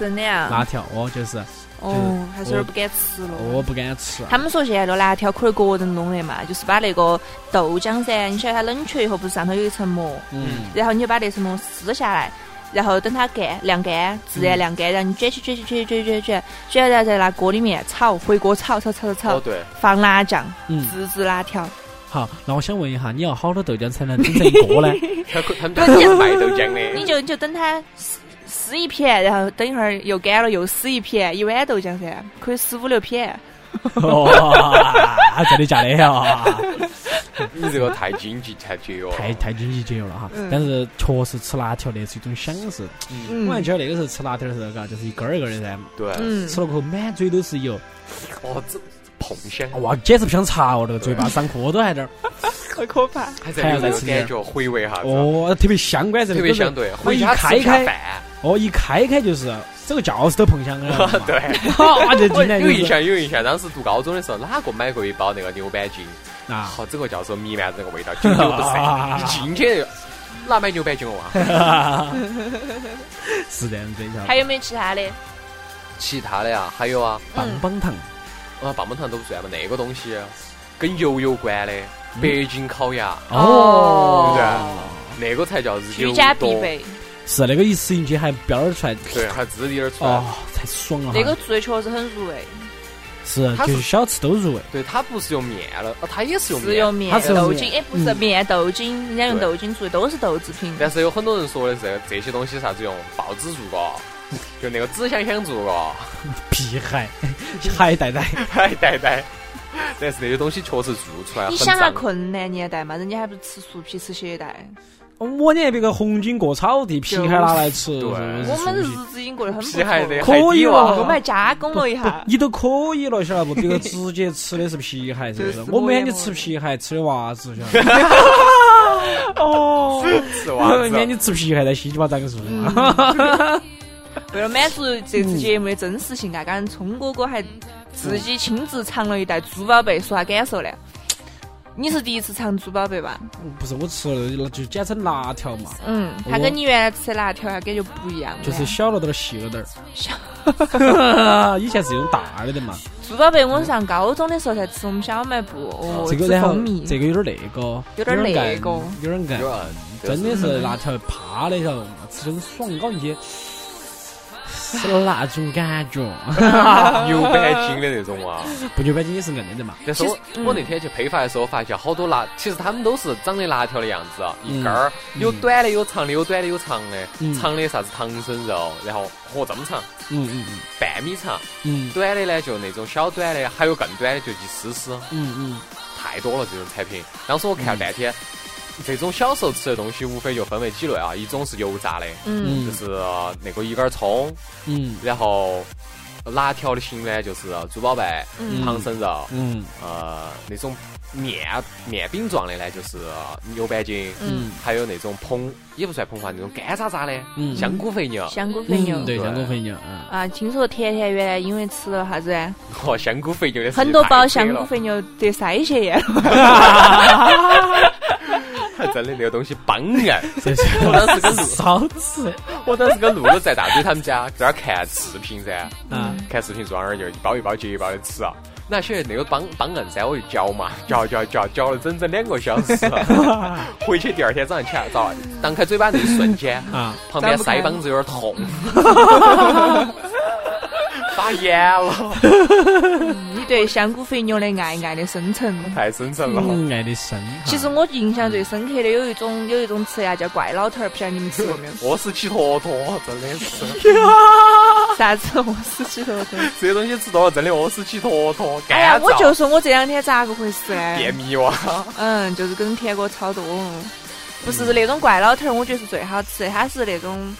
Speaker 3: 真的
Speaker 4: 啊
Speaker 3: 呀。
Speaker 2: 辣条哦，就是
Speaker 3: 哦，还是有点不敢吃了。
Speaker 2: 我不敢吃啊。
Speaker 3: 他们说现在的辣条可以个人弄的嘛，就是把那个豆浆噻，你晓得它冷却以后不是上头有一层膜，
Speaker 2: 嗯，
Speaker 3: 然后你就把那层膜撕下来，然后等它干晾干，自然晾干，然后你卷起卷起卷起卷起卷起卷起，卷然后再拿锅里面炒，回锅炒炒炒
Speaker 4: 哦
Speaker 3: 炒炒，
Speaker 4: 对，
Speaker 3: 放辣酱
Speaker 2: 嗯，
Speaker 3: 自制辣条。
Speaker 2: 好，那我想问一下，你要好多豆浆才能整 成一个呢？
Speaker 4: 他可他们家是卖豆浆
Speaker 3: 你
Speaker 4: 的，
Speaker 3: 就你就等它撕撕一片，然后等一会儿又干了又撕一片，一碗豆浆噻，可以撕五六片。
Speaker 2: 哇，真的假的呀？
Speaker 4: 你这个太经济太绝了。
Speaker 2: 太太经济节约了哈。
Speaker 4: 嗯
Speaker 2: 但是确实吃辣条那是一种享受。我还
Speaker 3: 嗯
Speaker 2: 记得那个时候吃辣条的时候，嘎，就是一根儿一根儿的噻，
Speaker 4: 对，
Speaker 3: 嗯，
Speaker 2: 吃了过后满嘴都是油，
Speaker 4: 哦，这碰香，
Speaker 2: 哇，简直不想擦哦，那个嘴
Speaker 4: 嗯
Speaker 2: 巴上课都还 在那儿，
Speaker 3: 好可怕。
Speaker 4: 还在有
Speaker 2: 还
Speaker 4: 这
Speaker 2: 要再
Speaker 4: 个
Speaker 2: 吃点
Speaker 4: 感觉回味哈，子，
Speaker 2: 哦，特别香，关键
Speaker 4: 特
Speaker 2: 是
Speaker 4: 别相对，回
Speaker 2: 一
Speaker 4: 家
Speaker 2: 开
Speaker 4: 吃不下
Speaker 2: 开，
Speaker 4: 饭。，
Speaker 2: 哦，一开开就是整个教室都碰香了
Speaker 4: 对，
Speaker 2: 哇，这进来
Speaker 4: 有
Speaker 2: 就
Speaker 4: 印
Speaker 2: 是
Speaker 4: 象，有印象。当时读高中的时候，哪个买过一包那个牛板筋？
Speaker 2: 啊，
Speaker 4: 好，整个教室弥漫着那个味道，久久不散。 一进去，哪买牛板筋哦啊？
Speaker 2: 是这样子的，
Speaker 3: 还有嗯没有其他的？
Speaker 4: 其他的呀，还有啊，
Speaker 2: 棒棒糖，
Speaker 4: 啊，棒棒糖都不算吧，那个东西跟油有关的，
Speaker 2: 嗯
Speaker 4: 北京烤鸭，
Speaker 2: 哦，
Speaker 4: 那个才叫日
Speaker 3: 居
Speaker 4: 久
Speaker 3: 家必
Speaker 4: 多。
Speaker 3: 备，
Speaker 2: 是那个一吃进去还标儿出来，
Speaker 4: 对，还滋滴点儿出来
Speaker 2: 哦。，太爽了哈，
Speaker 3: 那个做的确实很入味，
Speaker 2: 是
Speaker 4: 它
Speaker 2: 就是是小吃都入味，
Speaker 4: 对，它不是用面了，啊它也是用
Speaker 3: 是
Speaker 4: 面
Speaker 3: 用。面
Speaker 2: 它是用
Speaker 3: 豆
Speaker 2: 面
Speaker 3: 筋，哎，不是
Speaker 2: 嗯啊
Speaker 3: 面豆筋，人家用
Speaker 4: 对
Speaker 3: 豆筋做的都是豆制品。
Speaker 4: 但是有很多人说的是这些东西啥子用报纸做过，就那个纸箱箱做过，
Speaker 2: 屁海海带 带，
Speaker 4: 嗨呆呆。但是那些东西确实做出来很
Speaker 3: 你想下啊
Speaker 4: 脏。
Speaker 3: 困难年代嘛，人家还不是吃树皮吃鞋带，
Speaker 2: 我念别个红巾过草地，屁海拿来吃，
Speaker 4: 对
Speaker 3: 我们
Speaker 2: 是
Speaker 3: 日
Speaker 2: 不是
Speaker 3: 子已经过得很不
Speaker 4: 皮海的
Speaker 3: 错，
Speaker 2: 可以哦
Speaker 4: 了，
Speaker 2: 了
Speaker 3: 我们还加工了一
Speaker 2: 不
Speaker 3: 下。
Speaker 2: 你都可以了，晓得不？别个直接吃的是皮海，是不
Speaker 3: 就是是？
Speaker 2: 我每天
Speaker 3: 摸
Speaker 2: 就
Speaker 3: 一摸
Speaker 2: 吃皮海，吃的娃子，晓得
Speaker 3: 哦，
Speaker 4: 是
Speaker 2: 不？
Speaker 4: 哇，
Speaker 2: 我每天就吃皮海，在稀里巴长个树。
Speaker 3: 嗯
Speaker 2: 啊嗯
Speaker 3: 为了满足这次节目的真实性啊，刚刚聪哥哥还自己亲自尝了一袋猪宝贝，说下感受呢。你是第一次尝猪宝贝吧？
Speaker 2: 不是我吃了就简称辣条嘛，
Speaker 3: 嗯，它跟你原来吃的辣条啊，感觉不一样。
Speaker 2: 就是小了点儿细了点
Speaker 3: 小
Speaker 2: 儿。 以前是用大的的 嘛，
Speaker 3: 猪宝贝，我上高中的时候才吃我们小卖部，
Speaker 2: 啊
Speaker 3: 哦，
Speaker 2: 这个
Speaker 3: 吃
Speaker 2: 然后
Speaker 3: 蜂蜜，
Speaker 2: 这个有点那个，
Speaker 3: 有点儿
Speaker 2: 硬
Speaker 3: 那个嗯
Speaker 2: 有点硬
Speaker 4: 有，啊，
Speaker 2: 真的是辣条趴的，晓得不嘛？吃的爽，搞进 去。是那种感觉，
Speaker 4: 牛板筋的那种 啊。
Speaker 2: 不牛板筋也是硬的嘛。
Speaker 4: 但是我
Speaker 3: 嗯
Speaker 4: 我那天去批发的时候，发现好多辣，其实它们都是长得辣条的样子啊，
Speaker 3: 嗯
Speaker 4: 一根儿有短的有长的，有短的有长的
Speaker 2: 嗯，
Speaker 4: 长的啥子唐僧肉，然后嚯这么长，
Speaker 2: 嗯嗯嗯
Speaker 4: 半米长，
Speaker 2: 嗯
Speaker 4: 短的呢就那种小短的，还有更短的就一丝丝，
Speaker 2: 嗯嗯，
Speaker 4: 太多了这种产品。当时我
Speaker 3: 嗯
Speaker 4: 看了半天，这种小时候吃的东西无非就分为几类啊，一种是油炸的，
Speaker 3: 嗯，
Speaker 2: 嗯
Speaker 4: 就是呃那个一根儿葱，
Speaker 2: 嗯
Speaker 4: 然后辣条的型呢就是呃猪宝贝、
Speaker 3: 嗯
Speaker 4: 唐僧肉，
Speaker 2: 嗯
Speaker 4: 呃，那种面面饼状的呢就是呃牛板筋，
Speaker 3: 嗯，
Speaker 4: 还有那种膨也不算膨化那种干渣渣的
Speaker 2: 嗯
Speaker 4: 香菇肥牛，
Speaker 3: 香菇肥牛
Speaker 2: 嗯，。对，
Speaker 4: 对
Speaker 2: 香菇肥牛， 嗯，
Speaker 3: 啊，听说甜甜原来因为吃了啥子，
Speaker 4: 哦，香菇肥牛的事情
Speaker 3: 很多包
Speaker 4: 太
Speaker 3: 香
Speaker 4: 绝
Speaker 3: 菇
Speaker 4: 了，
Speaker 3: 肥牛得腮腺炎了。
Speaker 4: 真的那个东西棒硬。
Speaker 2: 这是
Speaker 4: 我当时跟 陆，
Speaker 2: 烧吃
Speaker 4: 我当时跟露露在大嘴他们家在那儿看视频噻，
Speaker 2: 啊，
Speaker 4: 看视频坐那儿就一包一包接一包的吃啊。那些那个帮帮硬噻，我就嚼嘛，嚼嚼嚼嚼了整整两个小时。回去第二天早上起来，早张开嘴巴那一瞬间
Speaker 2: 啊，
Speaker 4: 旁边
Speaker 3: 张不开
Speaker 4: 腮帮子有点痛，发炎了，
Speaker 3: 你对香菇肥牛的爱爱的深沉。
Speaker 4: 太深沉了。？
Speaker 2: 嗯，爱的深。
Speaker 3: 其实我印象最深刻的有一种有一种吃呀叫怪老头儿，不晓得你们吃过没有
Speaker 4: 我是起坨坨，真的是，
Speaker 3: 啥子我死鸡头 头？
Speaker 4: 这些东西吃多了，真的我是起坨坨，
Speaker 3: 哎呀
Speaker 4: 干，
Speaker 3: 我就
Speaker 4: 燥，
Speaker 3: 说我这两天咋个回事啊
Speaker 4: 便
Speaker 3: 呢？
Speaker 4: 秘哇。
Speaker 3: 嗯，就是跟田哥差不多。不是那种怪老头儿，我觉得是最好吃的。它是那种，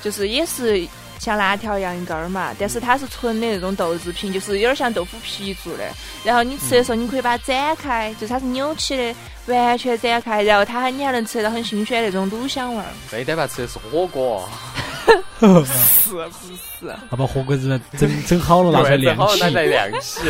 Speaker 3: 就是也是像辣条一样一根儿嘛，但是它是纯的那种豆制品，就是有点像豆腐皮做的。然后你吃的时候，你可以把它展开，就是它是扭起的，完全展开，然后它还你还能吃到很新鲜那种卤香味儿。
Speaker 4: 那天吧吃的是火锅，
Speaker 3: 是啊不是？
Speaker 2: 啊好把火锅子整整好了，拿出来
Speaker 4: 对，正
Speaker 2: 晾
Speaker 4: 好
Speaker 2: 起
Speaker 4: 拿。在晾起。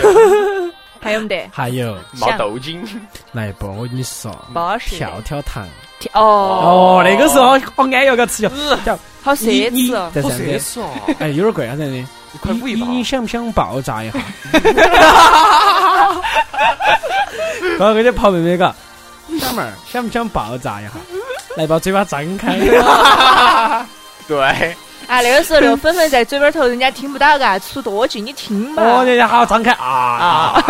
Speaker 3: 还有没得？
Speaker 2: 还有，
Speaker 4: 冒豆筋，
Speaker 2: 来波，我跟你说，
Speaker 3: 巴适的
Speaker 2: 跳跳糖。
Speaker 3: 天哦，
Speaker 2: 哦，那个时候好安逸哦，个吃就叫
Speaker 3: 好奢
Speaker 2: 你
Speaker 3: 侈哦！
Speaker 2: 在
Speaker 4: 好
Speaker 2: 上
Speaker 4: 奢
Speaker 2: 面，
Speaker 4: 侈哦，
Speaker 2: 哎，有点贵啊，真的。
Speaker 4: 快补
Speaker 2: 你
Speaker 4: 一把。
Speaker 2: 你想不想爆炸 一下？然后我就旁边那个小妹儿，想不想爆炸一下？来把嘴巴张 开。
Speaker 4: 对，
Speaker 3: 啊，那个时候那个粉粉在嘴边头，人家听不到嘎，出多近你听嘛。
Speaker 2: 哦，人家好张开啊！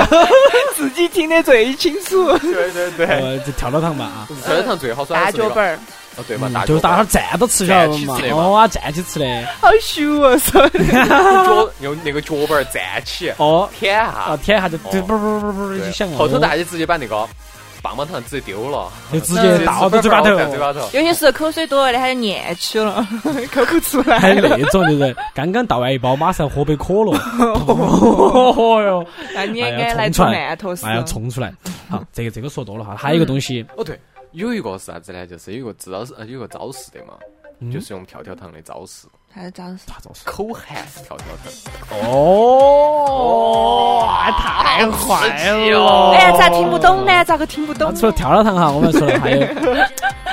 Speaker 3: 自己听得最清楚。
Speaker 4: 对对对，
Speaker 2: 呃，就跳跳糖吧啊，
Speaker 4: 跳跳糖最好耍
Speaker 3: 大
Speaker 4: 的是那
Speaker 3: 脚
Speaker 4: 个，
Speaker 3: 板儿，
Speaker 4: 哦对嘛，大
Speaker 2: 嗯就是大
Speaker 4: 板
Speaker 2: 家站都吃晓得
Speaker 4: 站
Speaker 2: 嘛
Speaker 4: 起吃的。嘛
Speaker 2: 哦，啊，站起吃的。
Speaker 3: 好羞哦，说的。
Speaker 4: 脚用那个脚板儿站起，
Speaker 2: 哦，
Speaker 4: 舔
Speaker 2: 啊，哦
Speaker 4: 下，
Speaker 2: 舔一下就
Speaker 4: 哦
Speaker 2: 就啵啵啵啷就响了。
Speaker 4: 后头大家直接把那个棒棒糖直接丢了，
Speaker 2: 就直接倒到嘴巴头，
Speaker 4: 倒到嘴巴头。
Speaker 3: 有些时候口水多了，他就咽起了， 口口出来
Speaker 2: 还有
Speaker 3: 了。
Speaker 2: 那种就是刚刚倒完一包，马上喝杯可乐，哦哟，
Speaker 3: 那你也
Speaker 2: 哎呀
Speaker 3: 该来
Speaker 2: 冲
Speaker 3: 煮
Speaker 2: 出来
Speaker 3: 馒头是
Speaker 2: 哎？呀，冲出来！好，这个这个说多了哈，还有一个东西，
Speaker 4: 哦对，有一个是啥子呢？就是有一个知道是呃有一个招式的嘛，
Speaker 2: 嗯
Speaker 4: 就是用跳跳糖的招式，
Speaker 3: 他是咋子？
Speaker 2: 啥招式？
Speaker 4: 口含跳跳糖。
Speaker 2: 哦，太坏
Speaker 4: 哦
Speaker 2: 了！
Speaker 3: 哎呀，咋听不懂呢？咋个听不
Speaker 2: 啊
Speaker 3: 懂？
Speaker 2: 除了跳跳糖哈，我们说了还有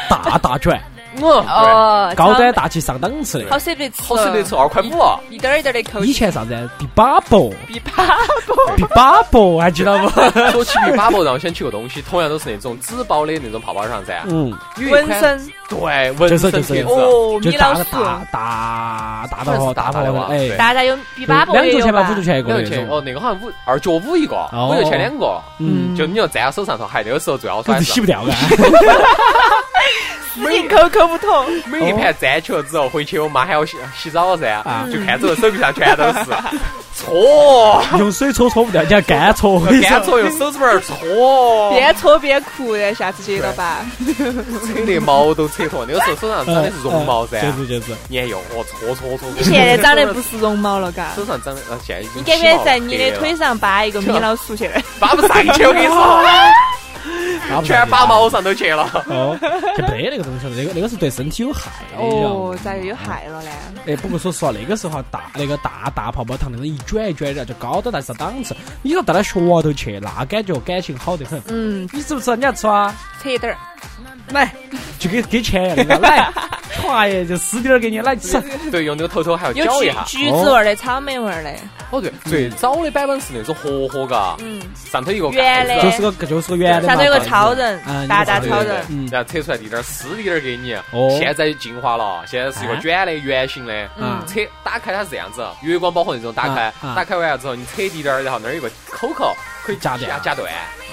Speaker 2: 大大卷，
Speaker 3: 哦，
Speaker 2: 高端
Speaker 3: 长
Speaker 2: 大气上档次
Speaker 3: 好
Speaker 2: 的。
Speaker 3: 舍不得吃，
Speaker 4: 好舍得吃二块五啊！
Speaker 3: 一点儿一点的抠
Speaker 2: 以前啥子？比巴博，
Speaker 3: 比巴
Speaker 2: 比巴博，还记得不？
Speaker 4: 说起比巴博，让我想起个东西，同样都是那种纸包的那种泡泡糖噻。
Speaker 2: 嗯，
Speaker 4: 有一款
Speaker 3: 纹身
Speaker 4: 对，纹
Speaker 2: 就是
Speaker 4: 身
Speaker 2: 就是
Speaker 4: 贴纸，
Speaker 3: 哦，
Speaker 2: 就
Speaker 3: 米老
Speaker 2: 大
Speaker 3: 鼠，
Speaker 2: 大大大的
Speaker 4: 好像是
Speaker 2: 哦，
Speaker 4: 大
Speaker 2: 大
Speaker 4: 大的
Speaker 2: 的
Speaker 4: 吧
Speaker 2: 哎
Speaker 4: 对，
Speaker 3: 大家有比巴博
Speaker 2: 两
Speaker 3: 也
Speaker 2: 角
Speaker 3: 有
Speaker 2: 钱吧，
Speaker 3: 吧
Speaker 2: 五？角钱一个
Speaker 4: 两
Speaker 2: 那
Speaker 4: 块钱
Speaker 2: 种。
Speaker 4: 哦，那个好像五二角五一个，五角钱两个，
Speaker 2: 嗯，
Speaker 4: 就你要粘到手上头，还那个时候最好耍的
Speaker 2: 可是洗
Speaker 4: 是
Speaker 2: 不掉啊。
Speaker 3: 死硬抠抠不通，
Speaker 4: 每一盘粘起了之后，回去我妈喊我洗洗澡噻
Speaker 2: 啊，
Speaker 4: 就看着手臂上全都是，搓，
Speaker 2: 用水搓搓不掉，你要干搓。我跟你说
Speaker 4: 干搓用手指板儿搓，
Speaker 3: 边搓边哭，然后下次接到 吧。
Speaker 4: 扯那毛都扯脱，那个时候手上长的是绒毛噻
Speaker 2: 嗯就，是就是，
Speaker 4: 你还用哦搓搓搓，
Speaker 3: 你现在长得不是绒毛了，嘎。
Speaker 4: 手上长的，呃现在已经
Speaker 3: 你敢不敢在
Speaker 4: 起毛
Speaker 3: 你
Speaker 4: 了
Speaker 3: 的腿上扒一个米老鼠去？
Speaker 4: 扒不上去，我跟你 说，全扒毛上头去了。
Speaker 2: 哦，就没那个东西了，那个那个是对身体有害的。
Speaker 3: 哦，
Speaker 2: 你知道
Speaker 3: 咋
Speaker 2: 吗
Speaker 3: 又有？害了呢？
Speaker 2: 哎，不过说实话，那个时候哈大那个大大泡泡糖那种一卷一卷的，就高端但是档次。你要到他学校头去，那感觉感情好得很。
Speaker 3: 嗯，
Speaker 2: 你知不知道你要吃啊？
Speaker 3: 扯一点儿，来，
Speaker 2: 就给给钱呀，给 他来，唰耶，就撕点儿给你来吃。
Speaker 4: 对，用那个头头还要
Speaker 3: 有
Speaker 4: 搅一
Speaker 3: 橘
Speaker 4: 下。
Speaker 3: 橘子味儿的、草莓味儿的，
Speaker 4: 哦，对，最早的版本是那种盒盒嘎，
Speaker 3: 嗯，
Speaker 4: 上头一个
Speaker 3: 圆的
Speaker 4: 盖
Speaker 2: 就
Speaker 4: 子，
Speaker 2: 是个就是个
Speaker 4: 哦
Speaker 2: 圆的嘛。
Speaker 3: 上头有个
Speaker 2: 反正
Speaker 3: 超人
Speaker 2: 啊，
Speaker 3: 大大
Speaker 4: 对
Speaker 3: 超
Speaker 4: 对
Speaker 3: 人，
Speaker 4: 对
Speaker 2: 嗯，
Speaker 4: 然后扯出来滴点儿丝滴点儿给你。
Speaker 2: 哦
Speaker 4: 现在进化了，现在是一个
Speaker 2: 啊
Speaker 4: 卷的圆形的。
Speaker 2: 嗯
Speaker 4: 扯打开它是这样子，月光宝盒那种打开
Speaker 2: 啊，啊
Speaker 4: 打开完了之后你扯滴点儿，然后那儿有个口口可以
Speaker 2: 夹
Speaker 4: 断
Speaker 2: 断
Speaker 4: 夹断。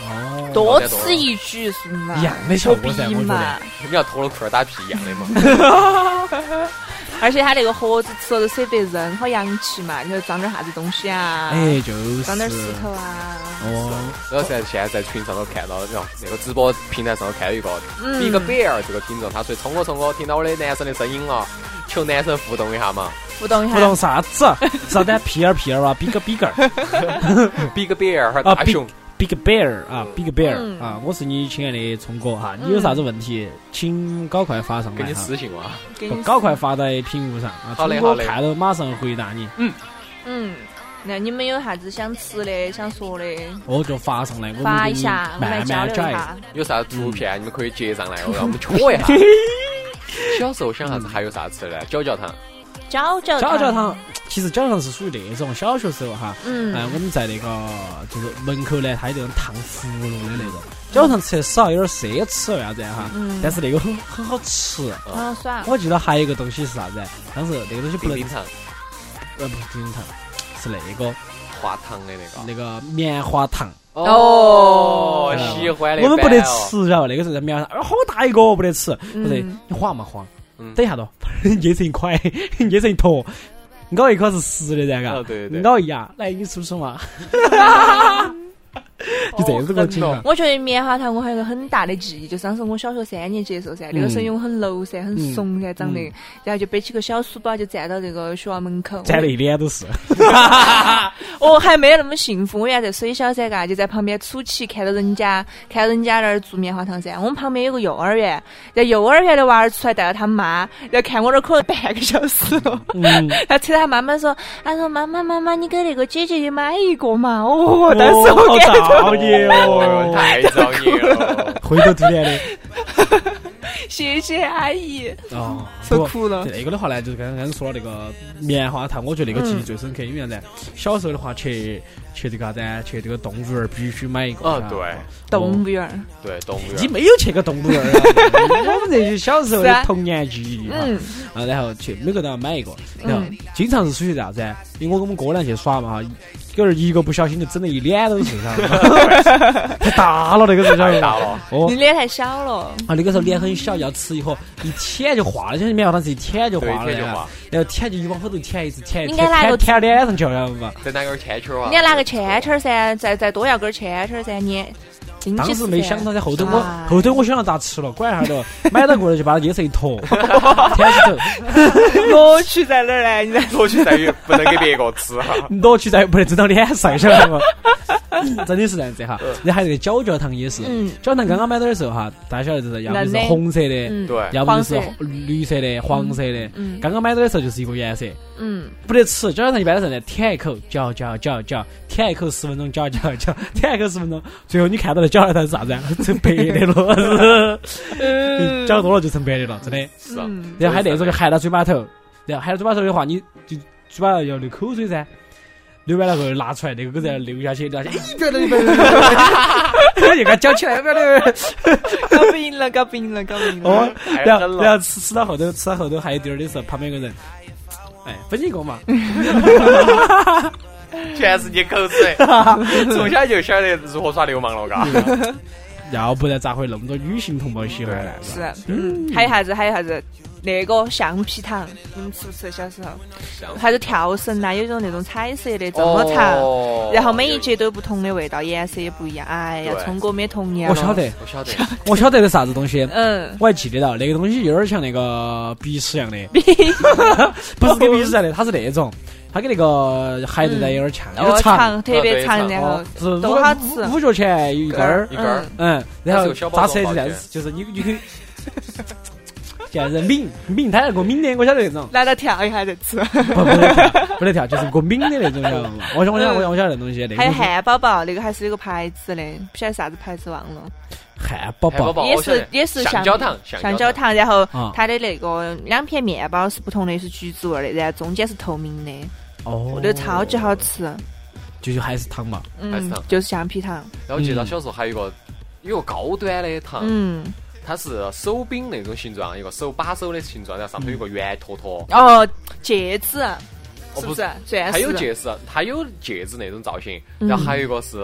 Speaker 2: 哦，
Speaker 3: 多此一举是嘛？
Speaker 2: 一样的效
Speaker 3: 牛
Speaker 2: 果噻，
Speaker 3: 逼
Speaker 2: 我觉得
Speaker 3: 嘛。！
Speaker 4: 你要脱了裤儿打屁一样的嘛。
Speaker 3: 而且它那个盒子吃了都舍不得扔，好洋气嘛！你说装点啥子东西啊？
Speaker 2: 哎，就是
Speaker 3: 装点石头啊？
Speaker 2: 哦，
Speaker 4: 然后在现在在群上头看到，然后那个直播平台上头看到一个
Speaker 3: 嗯
Speaker 4: Big Bear 这个听众，他说聪哥聪哥，听到我的男生的声音了，求男生互动一下嘛。
Speaker 3: 互动一
Speaker 2: 不
Speaker 3: 下
Speaker 2: 懂，啥子， 啥子屁儿屁儿啊，比个比个 儿
Speaker 4: Big Bear 和
Speaker 2: 啊
Speaker 4: 大熊，
Speaker 2: ，big bear 啊，big bear
Speaker 3: 嗯
Speaker 2: 啊，我是你亲爱的聪哥哈，你有啥子问题，请搞快发上
Speaker 4: 给
Speaker 2: 来
Speaker 4: 你
Speaker 2: 哈，
Speaker 4: 私信啊哇。
Speaker 3: 给你
Speaker 2: 搞快发在屏幕上啊，
Speaker 4: 好嘞
Speaker 2: 聪哥
Speaker 4: 好嘞
Speaker 2: 看到马上回答你，
Speaker 3: 嗯，那你们有啥子想吃的、想说的，
Speaker 2: 我就发上来，我们
Speaker 3: 发
Speaker 2: 给
Speaker 3: 一
Speaker 2: 你
Speaker 3: 下，我们来
Speaker 2: 慢
Speaker 3: 交
Speaker 2: 慢
Speaker 3: 流一
Speaker 2: 拽，
Speaker 3: 下。嗯
Speaker 4: 有啥图片你们可以截上来，让我们戳一下。小时候想啥子还有啥吃的呢？搅搅糖，
Speaker 3: 搅搅
Speaker 2: 搅搅
Speaker 3: 搅
Speaker 2: 糖，其实搅搅糖是属于那种小学时候哈，
Speaker 3: 嗯
Speaker 2: 哎，我们在那个就是门口呢，它有那种烫葫芦的那种，脚上吃的少，有点奢侈啥子哈。
Speaker 3: 嗯
Speaker 2: 但是那个很很好吃。啊
Speaker 3: 很好耍。
Speaker 2: 我记得还有一个东西是啥子？当时那个东西不
Speaker 4: 冰
Speaker 2: 能
Speaker 4: 冰，糖，
Speaker 2: 呃，不是冰冰糖，是那个
Speaker 4: 滑糖的那个。
Speaker 2: 那个棉花糖。呃
Speaker 4: 哦，喜欢的。哦
Speaker 2: 我们不得。吃，然后那个时候在棉花糖，哎好大一个，不得吃。不对
Speaker 3: 嗯，
Speaker 2: 你晃嘛晃
Speaker 4: 嗯，
Speaker 2: 等一下 咯，捏成一块， 捏成一坨。咬一颗是湿的噻，嘎
Speaker 4: 哦对对对
Speaker 2: 咬一下，来，你吃不吃嘛？就这子个景
Speaker 4: 哦
Speaker 2: 啊
Speaker 4: 很。
Speaker 3: 我觉得棉花糖我还有个很大的记忆，就是当时我小学三年级的时候
Speaker 2: 嗯
Speaker 3: 噻，那个时候因为我很柔噻，很怂噻，长得，然后就背起个小书包就站到这个学校门口，
Speaker 2: 粘了一脸都 是，
Speaker 3: 我还没那么幸福，我原来在水小噻，嘎，就在旁边杵起，看到人家，看到人家那儿做棉花糖噻。我们旁边有个幼儿园，在幼儿园的娃儿出来带了他妈，然后看我那儿可能半个小时了。
Speaker 2: 嗯
Speaker 3: 他扯他妈妈说，他说妈妈妈妈，你给那个姐姐也买一个嘛。哦，当时我
Speaker 2: 好
Speaker 3: 感
Speaker 2: 造孽
Speaker 4: 哦，
Speaker 2: 哦，
Speaker 4: 太造孽了！
Speaker 2: 灰头土脸的
Speaker 3: 谢谢阿姨，
Speaker 2: 啊，
Speaker 3: 说哭了
Speaker 2: 这个的话呢，就是刚刚刚刚说了那个棉花糖，我觉得那个记
Speaker 3: 嗯
Speaker 2: 忆最深刻，因为啥子？小时候的话，去去这个啥子啊？去这个动物园儿必须买一个。
Speaker 4: 哦
Speaker 2: 啊
Speaker 4: 对
Speaker 3: 动物园儿。
Speaker 4: 对，动物
Speaker 2: 你
Speaker 4: 园，
Speaker 2: 没有去过动物园儿 啊？我们这些小时候
Speaker 3: 是
Speaker 2: 的
Speaker 3: 啊
Speaker 2: 童年记忆哈。
Speaker 3: 嗯
Speaker 2: 啊，然后去每个都要买一个，然后
Speaker 3: 嗯
Speaker 2: 经常是属于啥子啊？因为我跟我们哥俩去耍嘛哈，有人一个不小心就整得一脸都是，晓 得吗太大了那个时候，晓
Speaker 4: 太
Speaker 2: 得吗
Speaker 4: 大了。
Speaker 2: 哦
Speaker 3: 你。脸太小了，
Speaker 2: 啊，那个时候脸很小，要吃一盒，一舔就化了，就是棉花糖是一舔就化了
Speaker 4: 对一舔就化，
Speaker 2: 然后舔就一往后头舔，一直舔，
Speaker 3: 应
Speaker 2: 舔
Speaker 3: 该嗯拿
Speaker 2: 舔
Speaker 3: 个
Speaker 2: 舔脸上去了，晓得嘛？
Speaker 4: 再拿根铅球
Speaker 3: 你
Speaker 4: 啊！
Speaker 3: 要拿个圈圈儿噻，再再多要根圈圈儿噻，你进去
Speaker 2: 当
Speaker 3: 吃
Speaker 2: 时没
Speaker 3: 噻
Speaker 2: 想到，在后头我
Speaker 3: 哎
Speaker 2: 后头我想到咋吃了，管一下的，买到过来就把它捏成一坨， 舔起走，
Speaker 3: 乐趣在哪儿呢？你在
Speaker 4: 乐趣在于不能给别个 吃哈。
Speaker 2: 乐趣在于不能整到脸上，晓得吗？真的是这样子哈。
Speaker 4: 嗯
Speaker 2: 然后还有这个搅嚼糖也是，
Speaker 3: 嗯
Speaker 2: 搅糖刚刚买到的时候哈，大家晓得就是要么就是
Speaker 3: 嫩的
Speaker 2: 红色的，
Speaker 3: 嗯
Speaker 4: 对，
Speaker 2: 要么就是
Speaker 3: 黄
Speaker 2: 绿色的、黄色的。
Speaker 3: 嗯
Speaker 2: 刚刚买到的时候就是一个颜色，
Speaker 3: 嗯，
Speaker 2: 不得吃。搅糖一般的时候呢，舔一口，嚼嚼嚼嚼，舔一口十分钟，嚼嚼嚼，舔一口十分钟，最后你看到的搅糖是啥子啊？ 成白的了，
Speaker 3: 嗯
Speaker 2: 搅多了就成白的了，真的。
Speaker 4: 是啊，
Speaker 3: 嗯
Speaker 2: 然后还那种就含到嘴巴头，然后含到嘴巴头的话，你就嘴巴要流口水噻。流完了后拿出来，那个狗在那流下去，流下去，哎，不要流，不要流， 不 要流又给它搅起来，不要流。
Speaker 3: 搞不赢了，搞不赢了，搞不赢了。
Speaker 2: 哦，
Speaker 4: 太
Speaker 2: 然
Speaker 4: 狠
Speaker 2: 后
Speaker 4: 了
Speaker 2: 然后吃吃到后头，吃到后头还有点儿的时候，旁边有个人，哎，分一个嘛，
Speaker 4: 全是你口 水，从小就晓得如何耍流氓了，嘎。
Speaker 2: 要不然咋会那么多女性同胞喜欢呢？
Speaker 3: 是，嗯，还有啥子？还有啥子？那个橡皮糖，你们吃不吃？小时候，还有跳绳呐，有一种那种彩色的这么长，
Speaker 4: 哦
Speaker 3: 然后每一节都有不同的味道，颜色也不一样。哎呀
Speaker 4: 对，
Speaker 3: 聪哥没童年
Speaker 2: 我
Speaker 3: 了
Speaker 2: 晓，得，
Speaker 4: 我晓得，
Speaker 2: 我晓得的啥子东西，
Speaker 3: 嗯，
Speaker 2: 我还记得到那个东西有点像那个鼻屎一样的，不是跟鼻屎一样的，它是那种，它跟那个孩子蛋有点像，有
Speaker 3: 哦，
Speaker 2: 点
Speaker 3: 长
Speaker 2: 长，
Speaker 3: 特别
Speaker 4: 哦
Speaker 3: 长，
Speaker 4: 对
Speaker 3: 然后
Speaker 2: 哦，是五
Speaker 3: 多好吃
Speaker 2: 五五角钱一根儿
Speaker 4: 一，根儿
Speaker 3: 嗯
Speaker 2: 嗯，
Speaker 4: 它
Speaker 2: 然
Speaker 4: 是
Speaker 2: 后
Speaker 4: 有小包
Speaker 2: 榨菜
Speaker 4: 装包
Speaker 2: 就这样
Speaker 4: 起来
Speaker 2: 子，就是你你可以，这样子抿抿，它那个抿的，我晓得那 种。
Speaker 3: 拿到跳一下再吃。
Speaker 2: 不不得跳，不得跳，就是个抿的那种，晓得吗？我想我想我想我晓得那东西，那个
Speaker 3: 还有
Speaker 2: 东西
Speaker 3: 汉堡包，那个还是有个牌子的，不晓得啥子牌子忘了。
Speaker 2: 汉堡
Speaker 4: 汉堡
Speaker 2: 包，
Speaker 4: 包
Speaker 3: 也
Speaker 4: 我晓得
Speaker 3: 是也是
Speaker 4: 橡
Speaker 3: 橡
Speaker 4: 胶糖，
Speaker 3: 橡
Speaker 4: 胶。
Speaker 3: 胶糖，然后
Speaker 2: 啊
Speaker 3: 它的那个两片面包是不同的，是橘子味儿的，然后中间是透明的，
Speaker 2: 哦
Speaker 3: 我觉得超级好吃。
Speaker 2: 就就还是糖嘛，
Speaker 4: 还是
Speaker 3: 嗯
Speaker 4: 糖，
Speaker 3: 就是橡皮糖。
Speaker 4: 然后我记得小时候还有一个有个高端的糖，
Speaker 3: 嗯，
Speaker 4: 它是手柄那种形状，一个手把手的形状，然后上头有个圆坨坨。
Speaker 3: 哦，戒指是
Speaker 4: 哦不
Speaker 3: 不
Speaker 4: 是
Speaker 3: 是钻
Speaker 4: 它有
Speaker 3: 石？
Speaker 4: 戒指，它有戒指那种造型，
Speaker 3: 嗯
Speaker 4: 然后还有一个是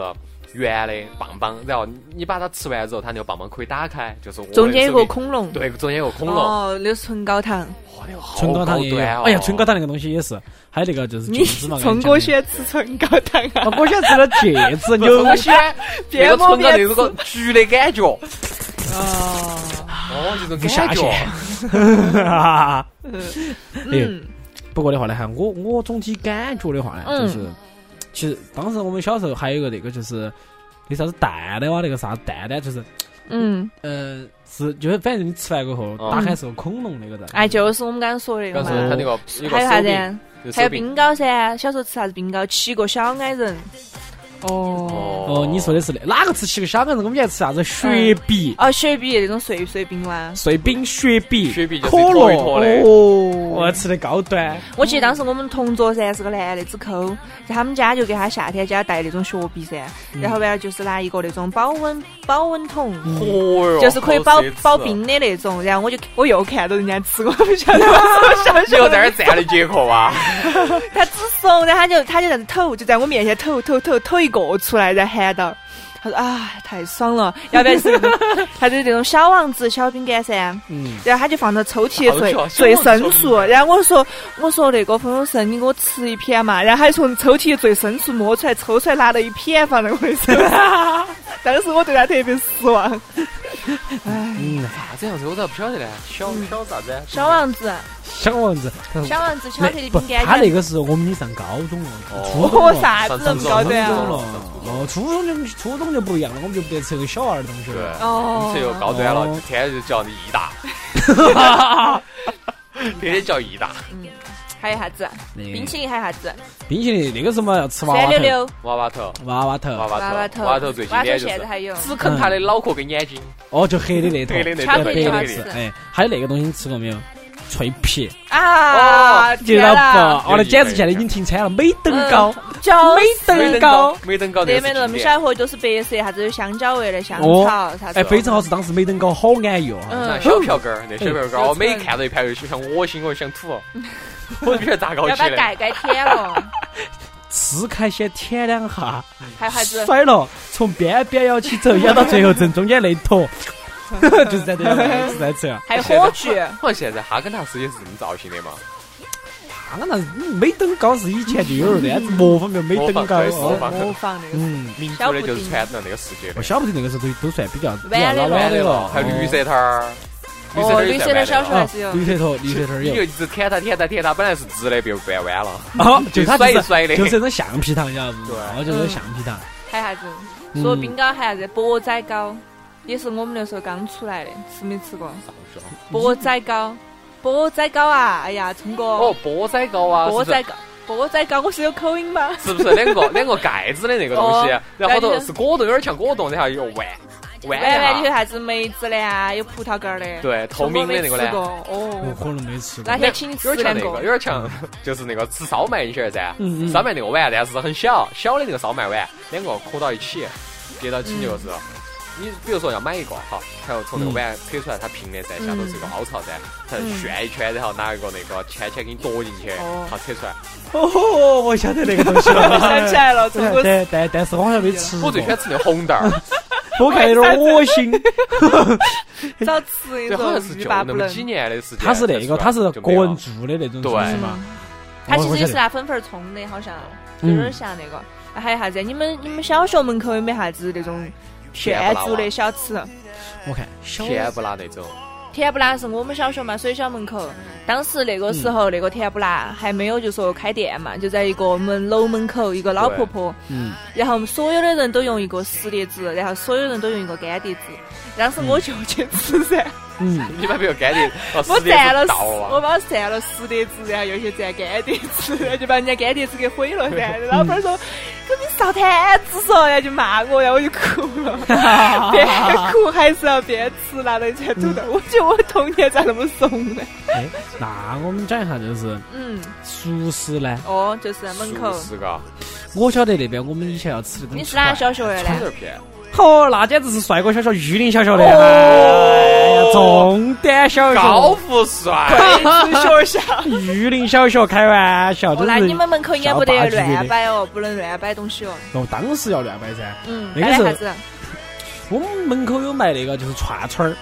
Speaker 4: 圆的棒棒，然后你把它吃完之后，它那个棒棒可以打开，就是我的
Speaker 3: 中间有
Speaker 4: 手
Speaker 3: 个
Speaker 4: 柄，
Speaker 3: 恐龙。
Speaker 4: 对，中间有个恐龙，哇，
Speaker 3: 哦，那是唇膏糖。
Speaker 4: 那个好
Speaker 2: 唇膏糖也有。
Speaker 4: 端哦！
Speaker 2: 哎呀，唇膏糖那个东西也是，还有那个就是
Speaker 3: 你
Speaker 2: 戒指嘛。
Speaker 3: 聪
Speaker 2: 刚
Speaker 3: 哥
Speaker 2: 才
Speaker 3: 喜
Speaker 2: 讲的
Speaker 3: 欢吃唇膏糖啊？
Speaker 2: 哦我喜欢吃的戒指，
Speaker 4: 不是
Speaker 2: 牛
Speaker 4: 我喜 欢那个
Speaker 3: 别摸
Speaker 4: 唇膏
Speaker 3: 别
Speaker 4: 那种个橘的感 觉，哦，
Speaker 3: 哦，
Speaker 4: 这种
Speaker 2: 不下
Speaker 4: 感
Speaker 2: 去
Speaker 4: 觉。。
Speaker 3: 嗯
Speaker 2: 哎，不过的话呢，哈，我我总体感觉的话呢，就是，其实当时我们小时候还有一个那个就是。那啥子蛋的哇，那个啥蛋蛋，就是，
Speaker 3: 嗯，
Speaker 2: 嗯，是就是反正你吃完过后，
Speaker 4: 哦
Speaker 2: 打开是个恐龙那个的。
Speaker 3: 哎，就是我们刚刚说的
Speaker 4: 刚
Speaker 3: 那个
Speaker 4: 才
Speaker 3: 嘛。
Speaker 4: 它那个一个手
Speaker 3: 还有啥子
Speaker 4: 柄，
Speaker 3: 呀？
Speaker 4: 那个
Speaker 3: 还
Speaker 4: 手
Speaker 3: 有
Speaker 4: 柄。
Speaker 3: 冰糕噻，小时候吃啥子冰糕？七个小矮人。哦。
Speaker 2: 哦，你说的是那哪个吃七个小矮人？我们以前吃啥子雪碧、
Speaker 3: 哦，雪碧那种碎碎冰哇。
Speaker 2: 碎冰、雪碧、
Speaker 4: 雪碧就是
Speaker 2: 可
Speaker 4: 一坨
Speaker 2: 乐
Speaker 4: 一坨的
Speaker 2: 哦，吃的高端。
Speaker 3: 我记得当时我们同桌噻是个男的子抠，在他们家就给他夏天给他带那种雪碧噻，
Speaker 4: 嗯
Speaker 3: 然后完了就是拿一个那种保温保温桶。
Speaker 4: 哦哟，
Speaker 3: 就是可以保
Speaker 4: 好奢侈啊
Speaker 3: 保冰的那种，然后我就我又看到人家吃，我不晓得我是不是
Speaker 4: 你又在那儿站了几口 啊？
Speaker 3: 他只怂，然后他就他就在那抖，就在我面前抖抖抖抖一个出来，然后喊到，他说啊太爽了，要不然就是那种 他就是那种小王子小饼干噻，
Speaker 2: 嗯，
Speaker 3: 然后他就放到抽屉的
Speaker 4: 好巧
Speaker 3: 最最
Speaker 4: 小王子
Speaker 3: 深处，然后我说我说那个冯永胜，你给我 吃一片嘛，然后他就从抽屉最深处摸出来，抽出来拿了一片放在我的手上，当时我对他特别失望。
Speaker 4: 啥子样子我咋不晓得呢？小小啥子？
Speaker 3: 嗯
Speaker 4: 啊
Speaker 3: 小啊王子，
Speaker 2: 小王子，
Speaker 3: 小王子巧克力
Speaker 2: 不
Speaker 4: 嗯
Speaker 3: 饼，干。
Speaker 2: 他那个是我们已上高中了，初中
Speaker 3: 哦，
Speaker 2: 了，
Speaker 3: 啥子都不晓
Speaker 2: 初
Speaker 3: 得
Speaker 2: 中
Speaker 3: 啊？
Speaker 2: 了，哦，初中就初中就不一样了，我们就不得吃个小儿同学
Speaker 4: 对，
Speaker 2: 了。
Speaker 3: 哦
Speaker 4: 我们这又高端了，
Speaker 2: 哦
Speaker 4: 天天就叫你益 达，天天叫益达
Speaker 3: 还有啥子？
Speaker 2: 那
Speaker 3: 冰淇淋还有啥子？
Speaker 2: 冰淇淋那个什么要吃娃
Speaker 3: 三
Speaker 2: 娃
Speaker 3: 六
Speaker 2: 头，
Speaker 3: 六，
Speaker 4: 娃娃头，
Speaker 2: 娃娃头，
Speaker 4: 娃
Speaker 3: 娃
Speaker 4: 娃头，
Speaker 3: 头，
Speaker 4: 娃
Speaker 3: 娃
Speaker 4: 娃头最经典就
Speaker 3: 现在
Speaker 4: 是
Speaker 3: 还有。
Speaker 4: 只啃他的脑壳跟眼睛，
Speaker 2: 哦，就黑的那头，
Speaker 4: 黑的那
Speaker 3: 巧
Speaker 4: 种
Speaker 3: 克
Speaker 2: 白
Speaker 3: 力
Speaker 2: 的
Speaker 3: 娃娃
Speaker 2: 那
Speaker 3: 头
Speaker 2: 个。哎，还有那个东西你吃过没有？脆皮，
Speaker 3: 啊，
Speaker 2: 记
Speaker 3: 天
Speaker 2: 得
Speaker 3: 哪！
Speaker 2: 不？哦，那简直现在已经停产了，美登糕，
Speaker 3: 嗯椒
Speaker 2: 美登糕。
Speaker 4: 没登高
Speaker 3: 对
Speaker 4: 这
Speaker 3: 面
Speaker 4: 个
Speaker 3: 那
Speaker 4: 是
Speaker 3: 么
Speaker 4: 经典。
Speaker 3: 小盒都是白色，啥子有香蕉味的香草，
Speaker 2: 哦
Speaker 3: 啥子。
Speaker 2: 哎，非常好吃，当时美登糕好安逸哦。
Speaker 3: 嗯
Speaker 4: 那小票根儿，那小票根儿，
Speaker 3: 嗯
Speaker 4: 我每看到一盘，就想恶心，我想吐，哦 我不晓得咋搞
Speaker 3: 要
Speaker 4: 哎起
Speaker 3: 把
Speaker 4: 来
Speaker 3: 盖
Speaker 4: 的。
Speaker 3: 盖 舔了，
Speaker 2: 撕开先舔两下，
Speaker 3: 还有啥子？
Speaker 2: 甩了，从边边咬起走，咬到最后正中间那一坨，
Speaker 3: 嗯
Speaker 2: 就是在这样一直在吃啊。
Speaker 3: 还有火炬，
Speaker 4: 好像现在哈根达斯也是这么造型的嘛，
Speaker 2: 他啊那美登糕是以前就有了的，还是模仿的美
Speaker 4: 模
Speaker 2: 登
Speaker 4: 仿
Speaker 2: 糕。
Speaker 4: 对模
Speaker 2: 哦
Speaker 4: 仿
Speaker 3: 模仿那个。
Speaker 2: 嗯，
Speaker 4: 民族的就是传到那个世界的
Speaker 2: 我。晓不得那个时候都都算比较比较
Speaker 3: 弯的
Speaker 2: 老
Speaker 3: 了
Speaker 2: 老的了，
Speaker 4: 还有绿
Speaker 2: 哦
Speaker 4: 舌头儿，绿舌头
Speaker 3: 哦，
Speaker 4: 儿
Speaker 3: 绿
Speaker 4: 也
Speaker 3: 色
Speaker 4: 算
Speaker 3: 的
Speaker 4: 白
Speaker 3: 小
Speaker 4: 的
Speaker 3: 时候
Speaker 4: 了。
Speaker 3: 还是有。
Speaker 2: 绿舌头，绿舌头
Speaker 4: 你
Speaker 2: 有
Speaker 4: 就。一直舔它，舔它，舔它，本来是直的，被掰弯了。
Speaker 2: 哦，就它
Speaker 4: 甩
Speaker 2: 就
Speaker 4: 一
Speaker 2: 是
Speaker 4: 甩的
Speaker 2: 就是那种橡皮糖，晓得不？
Speaker 4: 对
Speaker 2: 哦，就是橡皮糖。
Speaker 3: 还有啥子？
Speaker 2: 嗯
Speaker 3: 说冰糕还有啥子？钵仔糕，也是我们那时候刚出来的，吃没吃
Speaker 2: 嗯
Speaker 3: 过？钵仔糕，钵仔糕啊！哎呀，聪哥
Speaker 4: 哦，，钵仔糕啊，
Speaker 3: 钵
Speaker 4: 是不是
Speaker 3: 仔糕，钵仔糕，我是有口音吗？
Speaker 4: 是不是两个两个盖子的那个东西
Speaker 3: 哦？
Speaker 4: 然后好
Speaker 3: 然
Speaker 4: 多
Speaker 3: 后
Speaker 4: 是果冻，有点像果冻，然后又弯弯
Speaker 3: 外面
Speaker 4: 一
Speaker 3: 有
Speaker 4: 下。
Speaker 3: 啥子梅子的啊，有葡萄干儿的，
Speaker 4: 对透明的那个呢嗯
Speaker 3: 我没吃过
Speaker 2: 我
Speaker 3: 哦，
Speaker 2: 可能没吃过
Speaker 3: 那。天请你吃
Speaker 4: 有点像
Speaker 3: 两
Speaker 4: 那个，有
Speaker 3: 个，
Speaker 4: 点像， 就是那个吃烧麦，你晓得噻？
Speaker 2: 嗯嗯
Speaker 4: 烧麦那个碗，但是很小，小的那个烧麦碗，两个磕到一起，接到起就是。
Speaker 3: 嗯
Speaker 4: 你比如说要买一个哈，然后从那个碗推出来，它平的噻，下头是一
Speaker 3: 嗯
Speaker 4: 个凹槽噻，它旋一圈，然后拿一个那个签签给你夺进去，
Speaker 3: 哦
Speaker 4: 然后扯出来。
Speaker 2: 哦，我晓得那个东西了。
Speaker 3: 想起来了，中国
Speaker 2: 但但但是我好像没
Speaker 3: 嗯
Speaker 2: 吃过，
Speaker 4: 我最喜欢吃那个红蛋儿，
Speaker 2: 我看有点恶心。
Speaker 3: 早吃一
Speaker 4: 对，好
Speaker 3: 种
Speaker 4: 像是
Speaker 3: 欲
Speaker 4: 就
Speaker 3: 罢
Speaker 4: 那
Speaker 3: 不
Speaker 4: 么
Speaker 3: 能。
Speaker 4: 几年的时间才
Speaker 2: 它
Speaker 4: 出
Speaker 2: 是
Speaker 4: 来。
Speaker 2: 那个，它是
Speaker 4: 就
Speaker 2: 个
Speaker 4: 没有
Speaker 2: 人做的那种，
Speaker 4: 对
Speaker 2: 是吧？
Speaker 3: 它其
Speaker 2: 嗯我
Speaker 3: 实
Speaker 2: 晓
Speaker 3: 也是
Speaker 2: 得嗯
Speaker 3: 拿粉粉儿冲的，好像有点像那个。啊还有啥子？你们你们小学门口有没有啥子那种炫
Speaker 4: 啊
Speaker 3: 族的小吃？
Speaker 2: 我看小
Speaker 4: 甜不辣那种，
Speaker 3: 甜不辣是我们小学嘛，水小门
Speaker 4: 嗯
Speaker 3: 口。当时那个时候，那个甜不辣还没有就说开店嘛，就在一个我们楼门口一个老婆婆，
Speaker 2: 嗯，
Speaker 3: 然后我们所有的人都用一个湿碟子，然后所有人都用一个干碟子。当时我就去吃噻，
Speaker 2: 嗯，
Speaker 4: 你把没有干净，哦，
Speaker 3: 我
Speaker 4: 时间
Speaker 3: 蘸了
Speaker 4: 不
Speaker 3: 湿，
Speaker 4: 到
Speaker 3: 我
Speaker 4: 啊。
Speaker 3: 把我蘸了湿碟子，然后又去蘸干碟子，然后就把人家干碟子给毁了噻。老板儿说：“跟你烧坛子嗦。”然后就骂我，然后我就哭 了，边哭还是要边吃，拿了一串土豆。我觉得我童年咋那么怂呢？
Speaker 2: 哎，那我们讲一下就是
Speaker 3: 嗯，
Speaker 2: 熟食呢，
Speaker 3: 哦，就是门口。
Speaker 4: 是嘎，
Speaker 2: 我晓得那边我们以前要吃那种
Speaker 3: 你是哪个
Speaker 2: 串
Speaker 3: 小学的
Speaker 4: 土
Speaker 3: 呢？
Speaker 4: 豆片，
Speaker 2: 哦，那简直是帅哥小学、玉林小学的，哎呀，重点小
Speaker 4: 高
Speaker 2: 学、
Speaker 4: 富 帅，
Speaker 3: 学校。
Speaker 2: 玉林小学，开玩笑，
Speaker 3: 哦，
Speaker 2: 真
Speaker 3: 那
Speaker 2: 是
Speaker 3: 你们门口应该不得
Speaker 2: 小八级
Speaker 3: 乱
Speaker 2: 的。
Speaker 3: 摆哦，不能乱摆东西哦。
Speaker 2: 哦，当时要乱摆�噻，
Speaker 3: 嗯，
Speaker 2: 那
Speaker 3: 摆
Speaker 2: 个时
Speaker 3: 了
Speaker 2: 候
Speaker 3: 啥子？
Speaker 2: 我们门口有卖那个就是串串儿，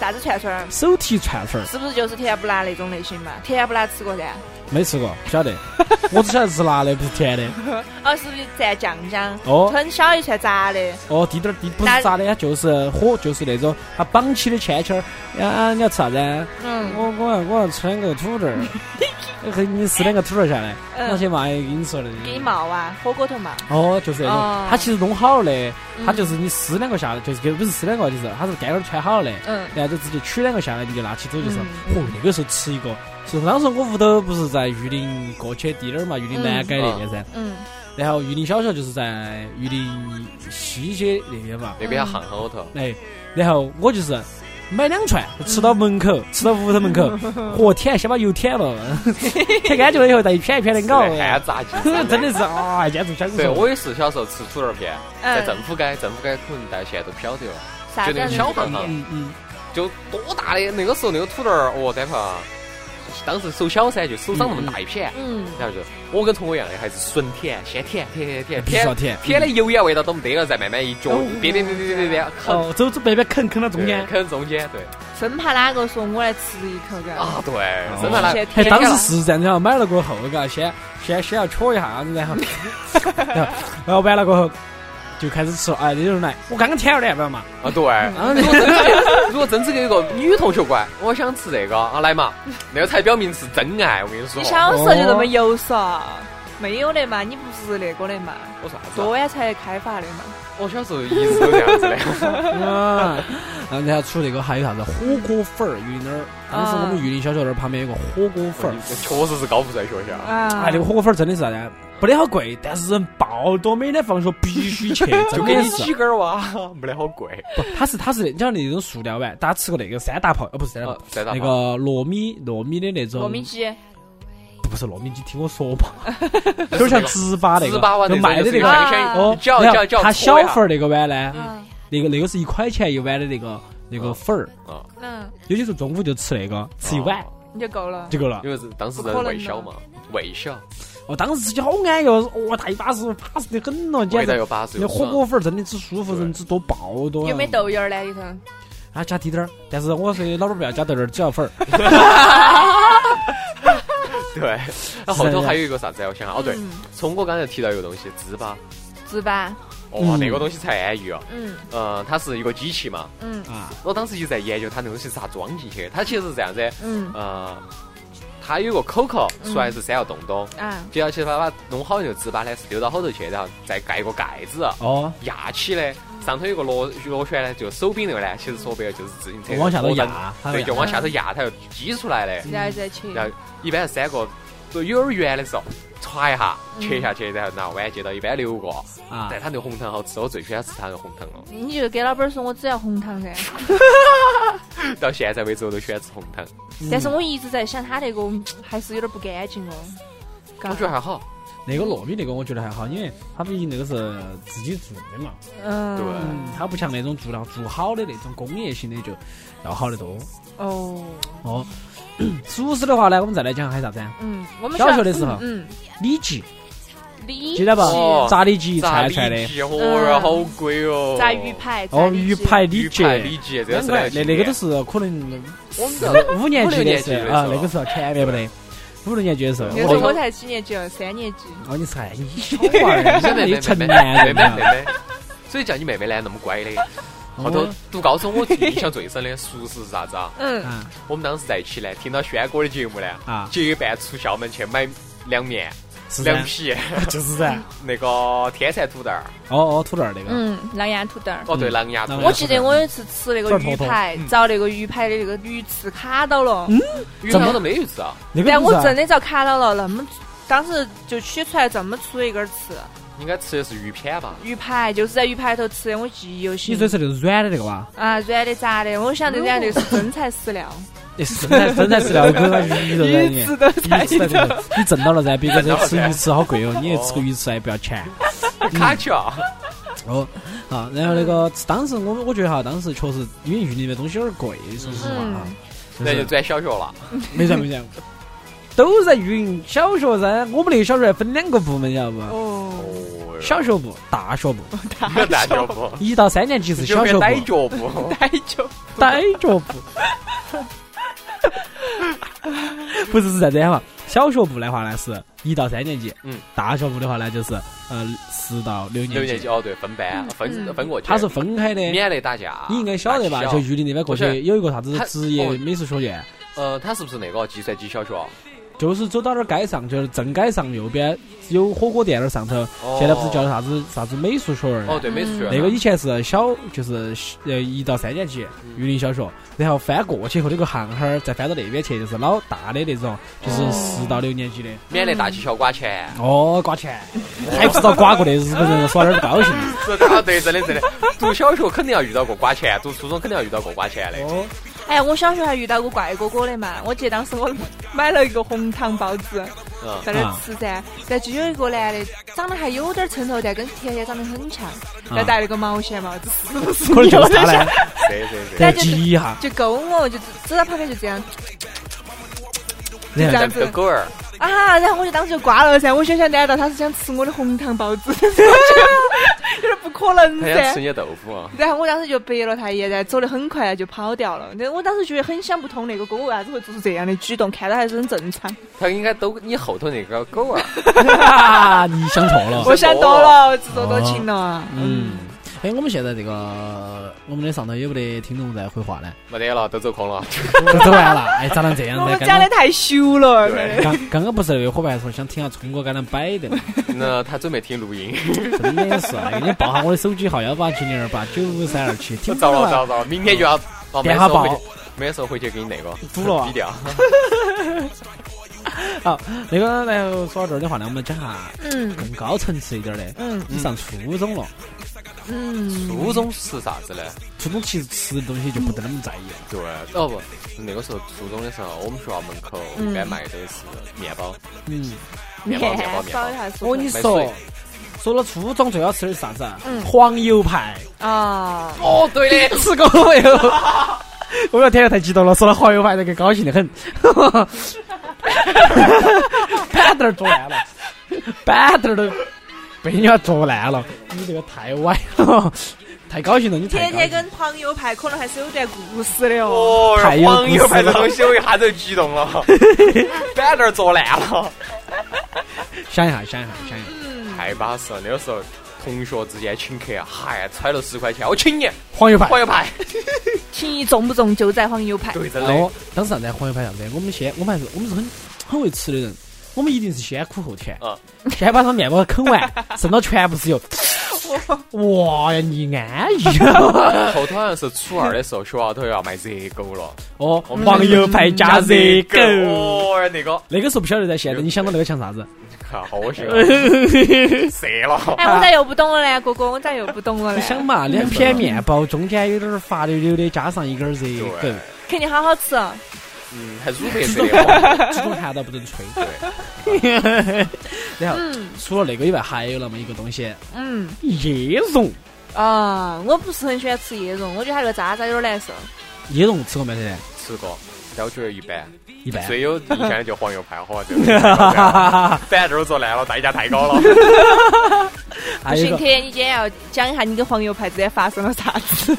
Speaker 3: 啥子串串儿？
Speaker 2: 手提串串儿，
Speaker 3: 是不是就是甜不辣那种类型嘛？甜不辣吃过噻？
Speaker 2: 没吃过，不晓 得，我只晓得是辣的，不是甜的。
Speaker 3: 哦，是不是蘸酱酱？
Speaker 2: 哦
Speaker 3: 很小一串炸的。
Speaker 2: 哦，滴点儿滴不
Speaker 3: 那
Speaker 2: 是炸的，它就是火，就是那种它绑起的圈圈儿。啊，你要吃啥子啊？
Speaker 3: 嗯，
Speaker 2: 我我要我要吃两个土 豆儿，嘿，你撕两个土豆儿下来，
Speaker 3: 嗯
Speaker 2: 我去卖给你吃的。
Speaker 3: 给你冒啊，火锅头嘛。
Speaker 2: 哦，就是那
Speaker 3: 哦
Speaker 2: 种，它其实弄好的，它
Speaker 3: 嗯
Speaker 2: 就是你撕两个下来，就是给不是撕两个，就是它是干儿穿好的，
Speaker 3: 嗯
Speaker 2: 然后就直接取两个下来，你就拿起走就是。
Speaker 3: 嗯
Speaker 2: 嚯，那个时候吃一个，其实当时我屋头不是在榆林过去滴点儿嘛，榆林南街那边噻，
Speaker 3: 嗯，
Speaker 2: 然后榆林小学就是在榆林西街那边嘛，
Speaker 4: 那边还巷后头，
Speaker 2: 哎，然后我就是。买两串，吃到门口，吃到屋头门口，嚯舔，先把油舔了， 舔干净了以后再一片一片的
Speaker 4: 搞
Speaker 2: 咬，，
Speaker 4: 汉炸鸡
Speaker 2: 真的。是哎啊，简直享受。
Speaker 4: 对，我也是小时候吃土豆片，在
Speaker 3: 嗯
Speaker 4: 政府街，政府街可能大家现在都不晓得了，
Speaker 3: 啥
Speaker 4: 就
Speaker 3: 子
Speaker 4: 那
Speaker 3: 样
Speaker 4: 个
Speaker 3: 子
Speaker 4: 小
Speaker 3: 的
Speaker 4: 巷
Speaker 3: 面
Speaker 4: 巷，
Speaker 2: 嗯嗯，
Speaker 4: 就多大的那个时候那个土豆儿，哦，单怕，当时手小噻，就手掌那么大一片，
Speaker 3: 嗯，
Speaker 4: 然后就我跟聪哥一样的，还是纯舔，先舔舔舔
Speaker 2: 必须要
Speaker 4: 舔舔
Speaker 2: 舔
Speaker 4: 的油烟味道都没得了，再慢慢一嚼，边边边边边边啃，
Speaker 2: 哦，走走，边边啃啃到中间
Speaker 4: 对，啃中间，对
Speaker 3: 生怕哪个说我来吃一口，
Speaker 2: 哦
Speaker 3: 嘎。
Speaker 4: 啊，对，真的那
Speaker 3: 先
Speaker 2: 哎，
Speaker 3: 舔
Speaker 2: 当
Speaker 3: 了
Speaker 2: 时是这样的啊，买了过后，嘎，先先先要戳一下，然后然后然后完了过后，就开始吃了。哎，这就是奶，我刚刚舔了两瓣嘛。
Speaker 4: 啊，对。
Speaker 3: 嗯
Speaker 4: 啊如果真的有如果真是有一个女同学过 来，我想吃这个啊，来嘛，那个才表明是真爱。我跟你说
Speaker 2: 哦
Speaker 3: 你，小时候就这么油嗦？没有的嘛，你不是那个的嘛，
Speaker 4: 我说啥子啊？
Speaker 3: 昨晚才开发的嘛。
Speaker 4: 我小时候一直都这样子的。
Speaker 2: 啊， 然后除了这个还有啥子火锅粉儿？榆林那儿，当时我们榆林小学那儿旁边有个火锅粉
Speaker 4: 哦
Speaker 2: 儿，
Speaker 4: 确实是高富帅学校。
Speaker 3: 啊
Speaker 2: 哎，那个火锅粉儿真的是啥子啊？不得好贵，但是人爆多，每天放学必须去，
Speaker 4: 就
Speaker 2: 真
Speaker 4: 给
Speaker 2: 的
Speaker 4: 你
Speaker 2: 是
Speaker 4: 几。根儿哇，没得好贵。
Speaker 2: 不，它是它是你像那种塑料碗，大家吃过那个三大炮，哦不是三大炮
Speaker 4: 啊，三大炮
Speaker 2: 那个糯米糯米的那种，
Speaker 3: 糯米鸡，
Speaker 2: 不是糯米鸡，听我说嘛，就是像糍粑那
Speaker 4: 糍粑哇
Speaker 2: 个，就卖的那
Speaker 4: 那
Speaker 2: 个
Speaker 3: 啊。
Speaker 4: 香香
Speaker 2: 哦，
Speaker 4: 叫
Speaker 2: 然后
Speaker 4: 叫叫
Speaker 2: 它小
Speaker 4: 搓呀
Speaker 2: 份儿那个碗呢，
Speaker 3: 嗯
Speaker 2: 那个那个是一块钱一碗的那个那个粉儿，
Speaker 3: 嗯，
Speaker 2: 有些时候中午就吃那个，吃一碗
Speaker 3: 你就够了。
Speaker 2: 就够了
Speaker 4: 哦因。为是当时人胃小嘛，胃小，
Speaker 2: 我当时就好安逸哦，哇，大一把屎，巴适的很咯，简
Speaker 4: 味道
Speaker 2: 直。
Speaker 4: 又巴适
Speaker 2: 那
Speaker 4: 又
Speaker 2: 火
Speaker 4: 爽。
Speaker 2: 锅粉儿真的只舒服，人只多爆多。
Speaker 3: 有没豆芽儿呢？里头？
Speaker 2: 啊，加滴点儿，但是我说老板不要加豆儿，只要粉儿。
Speaker 4: 对，那后头还有一个啥子啊？我想想哦，
Speaker 3: 嗯
Speaker 4: 对，聪哥刚才提到一个东西，糍粑。
Speaker 3: 糍粑，
Speaker 4: 哇，
Speaker 2: 嗯
Speaker 4: 那个东西才安逸哦。
Speaker 3: 嗯
Speaker 4: 嗯，它是一个机器嘛。
Speaker 3: 嗯
Speaker 2: 啊，
Speaker 4: 我当时一直在研究它那东西是咋装进去的。它其实是这样子，
Speaker 3: 嗯
Speaker 4: 呃，它有个口口，出来是三个洞洞，
Speaker 3: 啊，
Speaker 4: 接下去把它弄好以后，糍粑呢是丢到后头去，然后再盖一个盖子，
Speaker 2: 哦，
Speaker 4: 压起的，上头有个螺螺旋呢，就手柄那个呢，其实说白了就是自行车
Speaker 2: 往下头
Speaker 4: 螺
Speaker 2: 压，
Speaker 4: 旋，对，就往下头压，它要挤出来的。
Speaker 3: 然后再去。
Speaker 4: 然后一般是三个，就幼儿园的时候，歘一下切下去，然后拿碗接到，一般六个。
Speaker 2: 啊
Speaker 4: 但，它那个红糖好吃，我最喜欢吃它那个红糖了。
Speaker 3: 你就给老板说，我只要红糖噻。
Speaker 4: 到现在为止，我都喜欢吃红糖，
Speaker 3: 但是我一直在想，他那个嗯还是有点不干净哦。
Speaker 4: 我觉得还好。
Speaker 2: 那个糯米那个我觉得还好，因为它毕竟那个是自己做的嘛，
Speaker 3: 嗯，
Speaker 4: 对
Speaker 2: 嗯，它不像那种做到做好的那种工业性的就要好得多。
Speaker 3: 哦，
Speaker 2: 哦，熟食的话呢，我们再来讲还有啥子啊？
Speaker 3: 嗯，我们
Speaker 2: 小学的时候
Speaker 3: 嗯，
Speaker 2: 里脊，
Speaker 3: 里
Speaker 2: 记得吧
Speaker 4: 哦？
Speaker 2: 炸里脊，
Speaker 4: 炸
Speaker 2: 串
Speaker 4: 里
Speaker 2: 串的。
Speaker 4: 脊，哦哟，
Speaker 3: 嗯
Speaker 4: 好贵哦！
Speaker 3: 炸鱼，排，炸
Speaker 2: 哦，
Speaker 3: 里脊
Speaker 2: 鱼排，里
Speaker 4: 里
Speaker 2: 脊，
Speaker 4: 排里脊，这个
Speaker 2: 两
Speaker 4: 是
Speaker 2: 块，那那个都
Speaker 4: 是
Speaker 2: 是可能
Speaker 4: 我们这
Speaker 2: 五年级
Speaker 4: 五六
Speaker 2: 的
Speaker 4: 年级的
Speaker 2: 时候
Speaker 4: 时候
Speaker 2: 啊，那个时候前面不得，五六年级的时候，
Speaker 3: 那时候
Speaker 2: 哦
Speaker 3: 我才几年级哦，三年级。
Speaker 2: 哦，你是哎，你小娃儿，
Speaker 4: 妹妹
Speaker 2: 你成
Speaker 4: 妹妹
Speaker 2: 男
Speaker 4: 妹妹
Speaker 2: 人了。
Speaker 4: 妹妹，所以叫你妹妹呢，那么乖的。后头
Speaker 2: 哦
Speaker 4: 读高中，我印象最深的熟食是啥子啊？
Speaker 3: 嗯，
Speaker 2: 啊
Speaker 4: 我们当时在一起呢，听到轩哥的节目呢，
Speaker 2: 啊，
Speaker 4: 结伴出校门去买凉面、
Speaker 2: 是噻
Speaker 4: 凉，皮、
Speaker 2: 就是噻。
Speaker 4: 那个天蚕土豆儿。
Speaker 2: 哦哦，土豆儿那个，
Speaker 3: 嗯，狼牙土豆儿。
Speaker 4: 哦，对，
Speaker 2: 嗯
Speaker 4: 狼牙土豆
Speaker 2: 狼
Speaker 4: 儿
Speaker 2: 牙
Speaker 3: 我记得我有一次吃那个鱼排
Speaker 4: 嗯，
Speaker 3: 遭那个鱼排的那个鱼刺卡到了，
Speaker 4: 鱼
Speaker 2: 怎么
Speaker 4: 头都没鱼吃啊？
Speaker 2: 那个
Speaker 3: 但
Speaker 2: 嗯不
Speaker 3: 我
Speaker 2: 是啊
Speaker 3: 真的遭卡到了，那么当时就取出来这么粗的一根儿刺，
Speaker 4: 应该吃的是鱼片吧？
Speaker 3: 鱼排就是在鱼排头吃的，我记忆犹
Speaker 2: 你说
Speaker 3: 新。
Speaker 2: 是那种软的那个吧？
Speaker 3: 啊，软的炸的，我想那软的是真材实料，
Speaker 2: 那是真材真哎材实料，我跟那鱼肉在 里面，
Speaker 3: 鱼刺都在
Speaker 2: 鱼
Speaker 3: 里
Speaker 2: 刺
Speaker 3: 头
Speaker 2: 在。里面，你挣到了噻。别个
Speaker 4: 挣到
Speaker 2: 在
Speaker 4: 了
Speaker 2: 吃
Speaker 4: 噻
Speaker 2: 鱼翅好贵哦，你也吃个鱼翅还不要钱。嗯
Speaker 4: 卡起啊！
Speaker 2: 哦，啊，然后那个当时我们我觉得哈，当时确实因为玉林的东西有点贵，说实话啊，
Speaker 4: 嗯那
Speaker 2: 是
Speaker 4: 就转小学了。
Speaker 2: 没转没转，都在玉林小学噻。我们那个小学还分两个部门，晓得不？
Speaker 3: 哦，
Speaker 4: 哦
Speaker 2: 小学部、大学部，
Speaker 4: 大学部，
Speaker 2: 一到三年级是小学部，
Speaker 4: 傣脚 部，
Speaker 3: 逮就
Speaker 2: 傣学 部。不是是这样哈，小学部的话呢是一到三年级，
Speaker 4: 嗯，
Speaker 2: 大学部的话呢就是呃四到六
Speaker 4: 六
Speaker 2: 年
Speaker 4: 年
Speaker 2: 级
Speaker 4: 级，哦，对，分班分分过去，
Speaker 2: 嗯它是分开的。
Speaker 4: 免得打架。
Speaker 2: 你应该晓得吧？
Speaker 4: 打
Speaker 2: 就
Speaker 4: 起
Speaker 2: 玉林那边过
Speaker 4: 不是
Speaker 2: 去有一个啥子
Speaker 4: 它
Speaker 2: 职业
Speaker 4: 哦
Speaker 2: 美术学院，
Speaker 4: 呃，他是不是那个计算机小学？
Speaker 2: 就是走到那儿街上，就是正街上右边有火锅店那儿上头，
Speaker 4: 哦
Speaker 2: 现在不是叫啥子啥子美术学院？
Speaker 4: 哦，对，美术学院
Speaker 2: 嗯那个以前是小，就是呃一到三年级榆林小学，然后翻过去以后那个巷巷儿再翻到那边去，就是老大的那种，就是四到六年级的。
Speaker 4: 免得大欺小寡钱。
Speaker 2: 哦，刮钱，还不知道刮过的日本人耍点儿不 高兴。
Speaker 4: 是啊，对，真的 真的，读小学肯定要遇到过寡钱，读初中肯定要遇到过寡钱的。
Speaker 2: 哦，
Speaker 3: 哎，我小学还遇到过怪哥哥的嘛，我记得当时我买了一个红糖包子
Speaker 4: 嗯，
Speaker 3: 在那儿吃噻，然后就有一个男的长得还有点抻头，但跟甜甜长得很
Speaker 4: 啊
Speaker 3: 像，然后戴了个毛线帽子，是不是
Speaker 2: 可能就是
Speaker 3: 有
Speaker 2: 他
Speaker 3: 点像
Speaker 2: 呢，
Speaker 4: 对对对，
Speaker 2: 再记一下，
Speaker 3: 就勾我，就走到旁边就这样
Speaker 2: 然后
Speaker 3: 这
Speaker 4: 像
Speaker 3: 样
Speaker 4: 个
Speaker 3: 子
Speaker 4: 狗儿，
Speaker 3: 啊， 然后我就当时就挂了噻，我想想难道他是想吃我的红糖包子？有点不可能
Speaker 4: 他想
Speaker 3: 噻
Speaker 4: 吃。你的豆腐啊！
Speaker 3: 然后我当时就白了他一眼，然后走得很快就跑掉了。但我当时觉得很想不通，那个狗为啥子会做出这样的举动？看到还是很正常。
Speaker 4: 他应该兜你后头那个狗啊！
Speaker 2: 啊，你想错
Speaker 4: 哦
Speaker 2: 了。
Speaker 3: 我想多了，我自作多情了。
Speaker 2: 嗯， 哎，我们现在这个我们的上头有没得听众在回话呢？
Speaker 4: 没得了，都走 空了。
Speaker 2: 都走完了，哎，咋能这样
Speaker 3: 我
Speaker 2: 子？
Speaker 3: 们
Speaker 2: 刚
Speaker 3: 讲
Speaker 2: 刚
Speaker 3: 的太羞了，
Speaker 4: 对
Speaker 2: 刚刚刚不是那个伙伴说想听下聪哥刚才摆的吗，
Speaker 4: 那他准备听录 音，
Speaker 2: 真的是，哎给你报下我的手机号幺八七零二八九五三二七，听不啊
Speaker 4: 糟了糟
Speaker 2: 完
Speaker 4: 了糟了，明天就要哦，没
Speaker 2: 电话
Speaker 4: 事我回
Speaker 2: 报
Speaker 4: 去，没事我回去给你那个
Speaker 2: 堵了啊
Speaker 4: 低 调。
Speaker 2: 好，那个然后说到这儿的话呢，我们讲下
Speaker 3: 嗯
Speaker 2: 更高层次一点的。
Speaker 3: 嗯
Speaker 2: 你上初中了，
Speaker 3: 嗯，
Speaker 4: 初中是啥子呢？
Speaker 2: 初中其实吃的东西就不得那么在意了。
Speaker 4: 对，哦不，那个时候初中的时候，我们学校门口
Speaker 3: 嗯
Speaker 4: 该卖的是面包，
Speaker 2: 嗯，
Speaker 4: 面包面包面包。
Speaker 3: 还
Speaker 2: 我跟你说，说了初中最好吃的是啥子啊？
Speaker 3: 嗯
Speaker 2: 黄油派，
Speaker 3: 啊，
Speaker 4: 哦对的，
Speaker 2: 吃过没有？我要天天太激动了，说到黄油派那个高兴的很， 板凳儿坐烂了，板凳儿都被你要坐烂了，你这个太歪了， 太高兴了，你太
Speaker 3: 天
Speaker 2: 高兴了。
Speaker 3: 天跟朋友派可能还是有段故事的哦。
Speaker 4: 哦
Speaker 2: 太有意思了
Speaker 4: 黄油派的东西我一下子就激动 了，板凳儿坐烂了，
Speaker 2: 想一下，想一下，想一下，
Speaker 4: 太巴适了。那个时候同学之间请客啊，嗨，揣了十块钱，我请你
Speaker 2: 黄油派。
Speaker 4: 黄油派。
Speaker 3: 情谊重不重就在黄油派。
Speaker 4: 对，真
Speaker 2: 然后
Speaker 4: 的。
Speaker 2: 当时啥子啊黄油派啥子啊？我们先，我们还是我们是很很会吃的人，我们一定是先苦后甜，
Speaker 4: 嗯
Speaker 2: 先把他面包啃完，剩到全部是油。哇呀，你安逸！啊
Speaker 4: 后头好像是初二的时候，学校头要卖热狗了，
Speaker 2: 哦，
Speaker 4: 我们
Speaker 2: 黄油派加热狗。
Speaker 4: 哦，那个
Speaker 2: 那个时候不晓得在现在，你想到那个像啥 子？
Speaker 4: 啊好恶心 啊，射了。
Speaker 3: 哎，我咋又不懂了呢？哥哥，我咋又不懂了
Speaker 2: 你
Speaker 3: 呢？
Speaker 2: 想嘛，两片面包中间有点儿滑溜溜的，加上一根儿热
Speaker 4: 对
Speaker 2: 狗，
Speaker 3: 肯定好好吃。啊
Speaker 4: 嗯，还乳白色 的，
Speaker 2: 这种含到不能吹。
Speaker 4: 对，
Speaker 2: 然后
Speaker 3: 嗯
Speaker 2: 除了那个以外，还有那么一个东西，
Speaker 3: 嗯
Speaker 2: 椰蓉。
Speaker 3: 啊，我不是很喜欢吃椰蓉，我觉得它那个渣渣有点难受。
Speaker 2: 椰蓉吃过没得？
Speaker 4: 吃过，但我觉得一般。
Speaker 2: 一般。
Speaker 4: 最有印象的就黄油派， 好吧，对不对？反正都做烂了，代价太高了。
Speaker 3: 不
Speaker 2: 还有一
Speaker 3: 行，
Speaker 2: 个
Speaker 3: 特，你今天要讲一下你跟黄油派之间发生了啥子？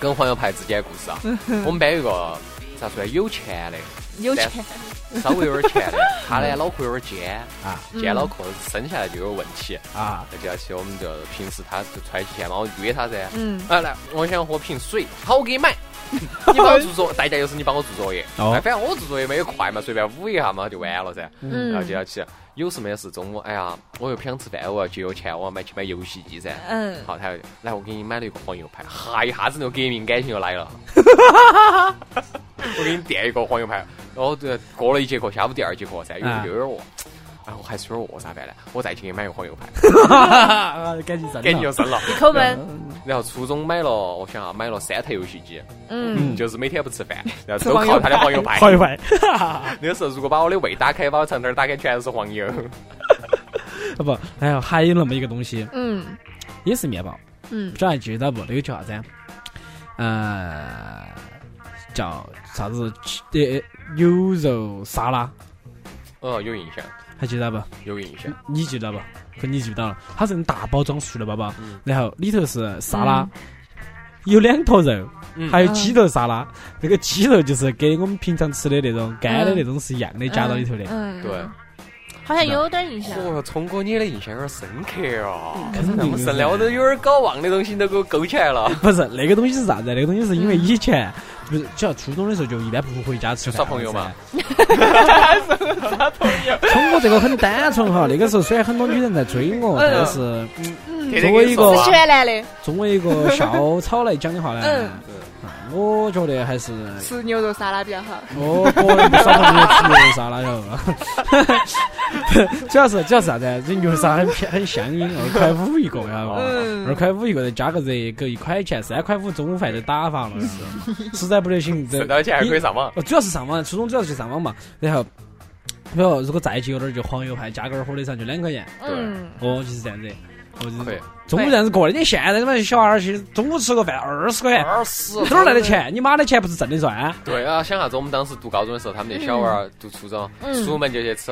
Speaker 4: 跟黄油派之间的故事 啊，我们班有一个咋说呢， 有钱的，
Speaker 3: 有钱，
Speaker 4: 稍微有点钱 的，他呢脑壳有点尖
Speaker 2: 啊，
Speaker 4: 尖脑壳生下来就有问题。
Speaker 2: 啊，
Speaker 4: 那就要去，我们就平时他就揣起钱嘛，我约他噻。
Speaker 3: 嗯
Speaker 4: 啊，来，我想喝瓶水，好，我给 你买。你帮我做作，代价就是你帮我做作业。
Speaker 2: 哦
Speaker 4: 哎，反正我做作业没有快嘛，随便捂一下嘛就完了噻。
Speaker 3: 嗯
Speaker 4: 然后就要去，有事没事，中午哎呀，我又不想吃饭，我要节约钱，我要买去买游戏机噻。
Speaker 3: 嗯
Speaker 4: 好，他又来，我给你买了一个黄油派，哈，一下子那个革命感情就来 了。我给你垫一个黄油派，然后对，过了一节课，下午第二节课噻，有时候
Speaker 2: 啊
Speaker 4: 又有点饿，哎，我还是有点饿，咋办呢？我再去给你买个黄油派，
Speaker 2: 啊赶紧上。
Speaker 4: 给你就生了。
Speaker 3: 抠门，
Speaker 4: 然后初中买了，我想啊，买了三台游戏机，
Speaker 3: 嗯，
Speaker 4: 就是每天不吃 饭，然后
Speaker 3: 吃
Speaker 4: 都
Speaker 3: 黄油
Speaker 4: 靠他的黄油派。
Speaker 2: 好一块。
Speaker 4: 那时候如果把我的胃打开，把我肠肠打开，全是黄油。
Speaker 2: 嗯啊 不，还有还有那么一个东西，
Speaker 3: 嗯
Speaker 2: 也是面包，
Speaker 3: 嗯
Speaker 2: 不知道还记得不？那个叫啥子啊？呃，叫啥子？呃，牛肉沙拉，
Speaker 4: 哦，有印象，
Speaker 2: 还记得不？
Speaker 4: 有印象。
Speaker 2: 你记得不？可你记不到了，它是用大包装塑料包包
Speaker 4: 嗯，
Speaker 2: 然后里头是沙拉，有两坨肉，
Speaker 4: 嗯
Speaker 2: 还有鸡肉沙拉。那个鸡肉就是跟我们平常吃的那种干
Speaker 4: 嗯
Speaker 2: 的那种是一样的，夹到里头的。
Speaker 3: 嗯，
Speaker 4: 对，
Speaker 3: 好像有点印象。
Speaker 4: 哦哟，聪哥，你的印象有点深刻啊！
Speaker 2: 肯定
Speaker 4: 那么
Speaker 2: 的
Speaker 4: 深了，我都有点搞忘的东西都给我勾起来 了。
Speaker 2: 不是那个东西是啥子？那个东西是因为
Speaker 3: 嗯
Speaker 2: 以前不是，只要初中的时候就一般不回家
Speaker 4: 就
Speaker 2: 吃饭，
Speaker 4: 耍朋友嘛。
Speaker 2: 通过这个很单纯哈，那个时候虽然很多女人在追我，
Speaker 3: 嗯
Speaker 2: 但是
Speaker 4: 天
Speaker 2: 嗯作
Speaker 4: 天给
Speaker 2: 为一
Speaker 4: 你
Speaker 2: 个
Speaker 4: 说
Speaker 3: 只
Speaker 4: 啊
Speaker 3: 喜欢男的，
Speaker 2: 作为一个 校草来讲的话呢
Speaker 3: 嗯，
Speaker 2: 啊我觉得还是
Speaker 3: 吃牛肉沙拉比较好。
Speaker 2: 我个哦人不少朋友吃牛沙拉哟。 主要是主要是啥子啊？这牛沙很便很香烟，二块五一个，晓得
Speaker 3: 嗯
Speaker 2: 不？二块五一个，再加个热狗一块钱，三块五中午饭就打发了，实在不得行，这
Speaker 4: 挣到钱还可以上网。
Speaker 2: 哦，主要是上网，初中主要是去上网嘛。然后，比如如果再节约点儿，就黄油派加根儿火腿肠就两块钱，
Speaker 3: 嗯，
Speaker 2: 哦，就是这样子。我就
Speaker 4: 可以
Speaker 2: 是中午这样子过的，你现在他妈小娃儿去中午吃个饭二十块钱，
Speaker 4: 二十
Speaker 2: 哎哪儿来的钱？你妈的钱不是挣的赚？嗯
Speaker 4: 对啊，想啥子？我们当时读高中的时候，他们那小娃儿读初中，出门就去吃。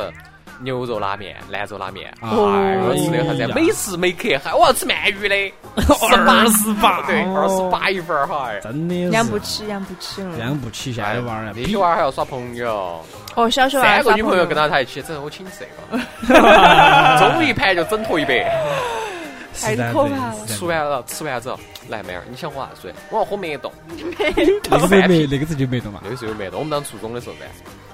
Speaker 4: 牛肉拉面、兰州拉面，
Speaker 2: 啊
Speaker 4: 二十六块
Speaker 2: 哎
Speaker 4: 钱，
Speaker 2: 呀
Speaker 4: 每时每刻还我要吃鳗鱼的，
Speaker 2: 二十八， 哦
Speaker 4: 对，二十八一份儿哈。哎
Speaker 2: 真的是
Speaker 3: 养不起，养不起。
Speaker 4: 嗯
Speaker 2: 养不起现在娃儿啊，
Speaker 4: 那些娃儿还要耍朋友，
Speaker 3: 哦，小学娃
Speaker 4: 三
Speaker 2: 啊
Speaker 3: 儿
Speaker 4: 个
Speaker 3: 耍
Speaker 4: 女朋友跟
Speaker 3: 友
Speaker 4: 到他一起，这我哦请这 个，中午一盘就整坨一百。
Speaker 3: 太可怕了。
Speaker 4: 吃完了，吃完之后，来妹儿，你想喝啥水？我要喝梅冻。
Speaker 2: 那个时候没那个时候就没得嘛。
Speaker 4: 那个时候有梅冻，我们当初中的时候噻，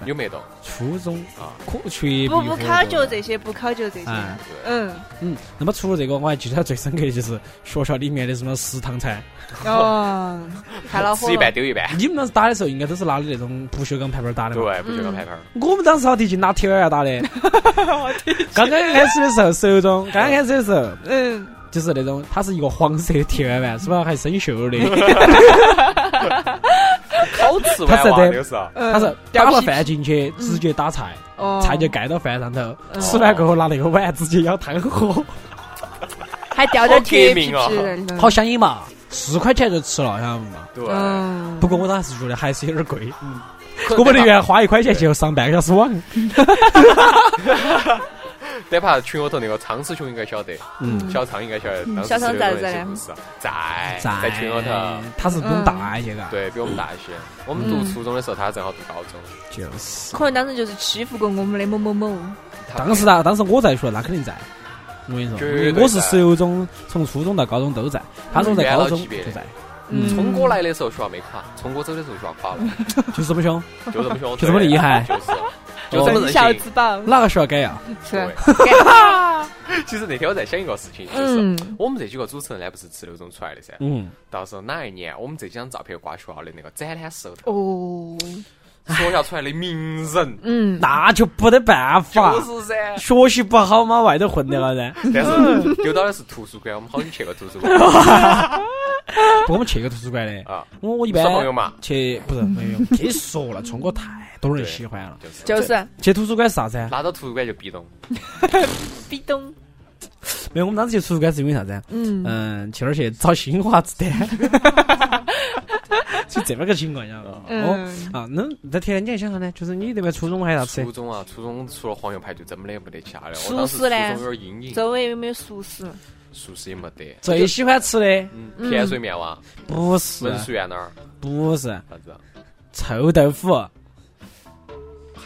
Speaker 4: 有梅冻。
Speaker 2: 初中
Speaker 4: 啊
Speaker 2: 可缺必
Speaker 3: 不
Speaker 2: 有
Speaker 3: 不
Speaker 2: 活
Speaker 3: 考
Speaker 2: 动
Speaker 3: 究这些，不考究这些
Speaker 2: 哎。
Speaker 3: 嗯，
Speaker 2: 嗯，那么除了这个，我还记得最深刻的就是学校里面的什么食堂餐。
Speaker 3: 哦，太恼火
Speaker 4: 吃一半
Speaker 3: 了。
Speaker 4: 丢一半。
Speaker 2: 你们当时打的时候，应该都是拿的那种不锈钢盘盘打的嘛。
Speaker 4: 对，不锈钢盘盘儿。
Speaker 2: 我们当时好提琴拿铁碗 打的。刚刚开始的时候，手中刚刚开始的时候，
Speaker 3: 嗯，
Speaker 2: 就是那种它是一个黄色的铁碗碗，是吧？还生锈的。
Speaker 4: 烤吃完哇，那个时候。
Speaker 2: 它
Speaker 3: 呃
Speaker 2: 是打了饭进去，直接打菜，
Speaker 3: 哦，
Speaker 2: 菜就盖到饭上
Speaker 4: 哦
Speaker 2: 头。吃完过后拿那个碗直接舀汤喝，
Speaker 3: 还掉点
Speaker 4: 好
Speaker 3: 铁
Speaker 4: 革
Speaker 3: 皮
Speaker 4: 命啊
Speaker 3: 皮人。
Speaker 2: 好香瘾嘛！四块钱就吃了，晓得不嘛？
Speaker 4: 对，
Speaker 3: 嗯，
Speaker 2: 不过我当时觉得还是有点贵。嗯，
Speaker 4: 可
Speaker 2: 我们宁愿花一块钱就上半个小时网。
Speaker 4: 哪怕群里头那个苍师兄应该晓得，
Speaker 2: 嗯
Speaker 4: 小昌应该晓得，当时
Speaker 3: 小昌
Speaker 4: 有
Speaker 3: 在不啊
Speaker 4: 那些
Speaker 3: 在
Speaker 4: 故事，啊在
Speaker 2: 在
Speaker 4: 在群里头，嗯
Speaker 2: 他是比我们大一些嘎。，
Speaker 4: 对比我们大一些。我们
Speaker 3: 嗯
Speaker 4: 读初中的时候，他正好读高中。
Speaker 2: 就是。
Speaker 3: 可能当时就是欺负过我们的某某某。
Speaker 4: 他
Speaker 2: 当时啊，当时我在学，那肯定在。我跟你说，
Speaker 4: 绝
Speaker 2: 因
Speaker 4: 对
Speaker 2: 为我是
Speaker 4: 在
Speaker 2: 十中，从初中到高中都在。他说在高中就在，
Speaker 3: 嗯，
Speaker 4: 聪哥来的时候学校没垮，聪哥走的时候学校垮了，
Speaker 2: 就是这么凶。
Speaker 4: 就这么凶，
Speaker 2: 就这么厉害
Speaker 4: 对啊就是嗯 就这么任
Speaker 3: 小
Speaker 4: 性
Speaker 3: 自。保。
Speaker 2: 哪个学校改啊呀？
Speaker 3: 是吧
Speaker 4: 对，其实那天我在想一个事情，就是
Speaker 3: 嗯
Speaker 4: 我们这几个主持人呢，不是吃六中出来的噻，
Speaker 2: 嗯，
Speaker 4: 到时候哪一年我们这几张照片挂学校的那个展览室头，
Speaker 3: 哦，
Speaker 4: 学校出来的名人
Speaker 3: 嗯，
Speaker 2: 那就没得办法。
Speaker 4: 就是噻。
Speaker 2: 学习不好嘛，外头混得了噻。
Speaker 4: 但是丢到的是图书馆，我们好久去个图书 馆
Speaker 2: 不，我们去过图书馆的。
Speaker 4: 啊，
Speaker 2: 我我一般
Speaker 4: 耍朋友嘛
Speaker 2: 去不是没有，别说了，聪哥太多人喜欢了。
Speaker 4: 就是
Speaker 3: 就是
Speaker 2: 去图书馆是啥子啊？
Speaker 4: 拿到图书馆就壁咚，
Speaker 3: 壁咚。
Speaker 2: 没有，我们当时去图书馆是因为啥子啊？
Speaker 3: 嗯，
Speaker 2: 嗯，去哪儿去找新华字典？ 就这么个情况，晓得吧？
Speaker 3: 嗯
Speaker 2: 哦啊，那那天你还想啥呢？就是你那边初中还有啥吃
Speaker 4: 初？中啊，初中除了黄油排就真没得没得其他的。
Speaker 3: 熟
Speaker 4: 我当时初
Speaker 3: 食嘞
Speaker 4: 中有点阴影，
Speaker 3: 周围有没有熟食？
Speaker 4: 熟食也没得。
Speaker 2: 最喜欢吃的
Speaker 4: 嗯，甜水面哇，
Speaker 2: 不是
Speaker 4: 文殊院那儿
Speaker 2: 不是
Speaker 4: 啥子？啊
Speaker 2: 臭豆腐，
Speaker 3: 哦，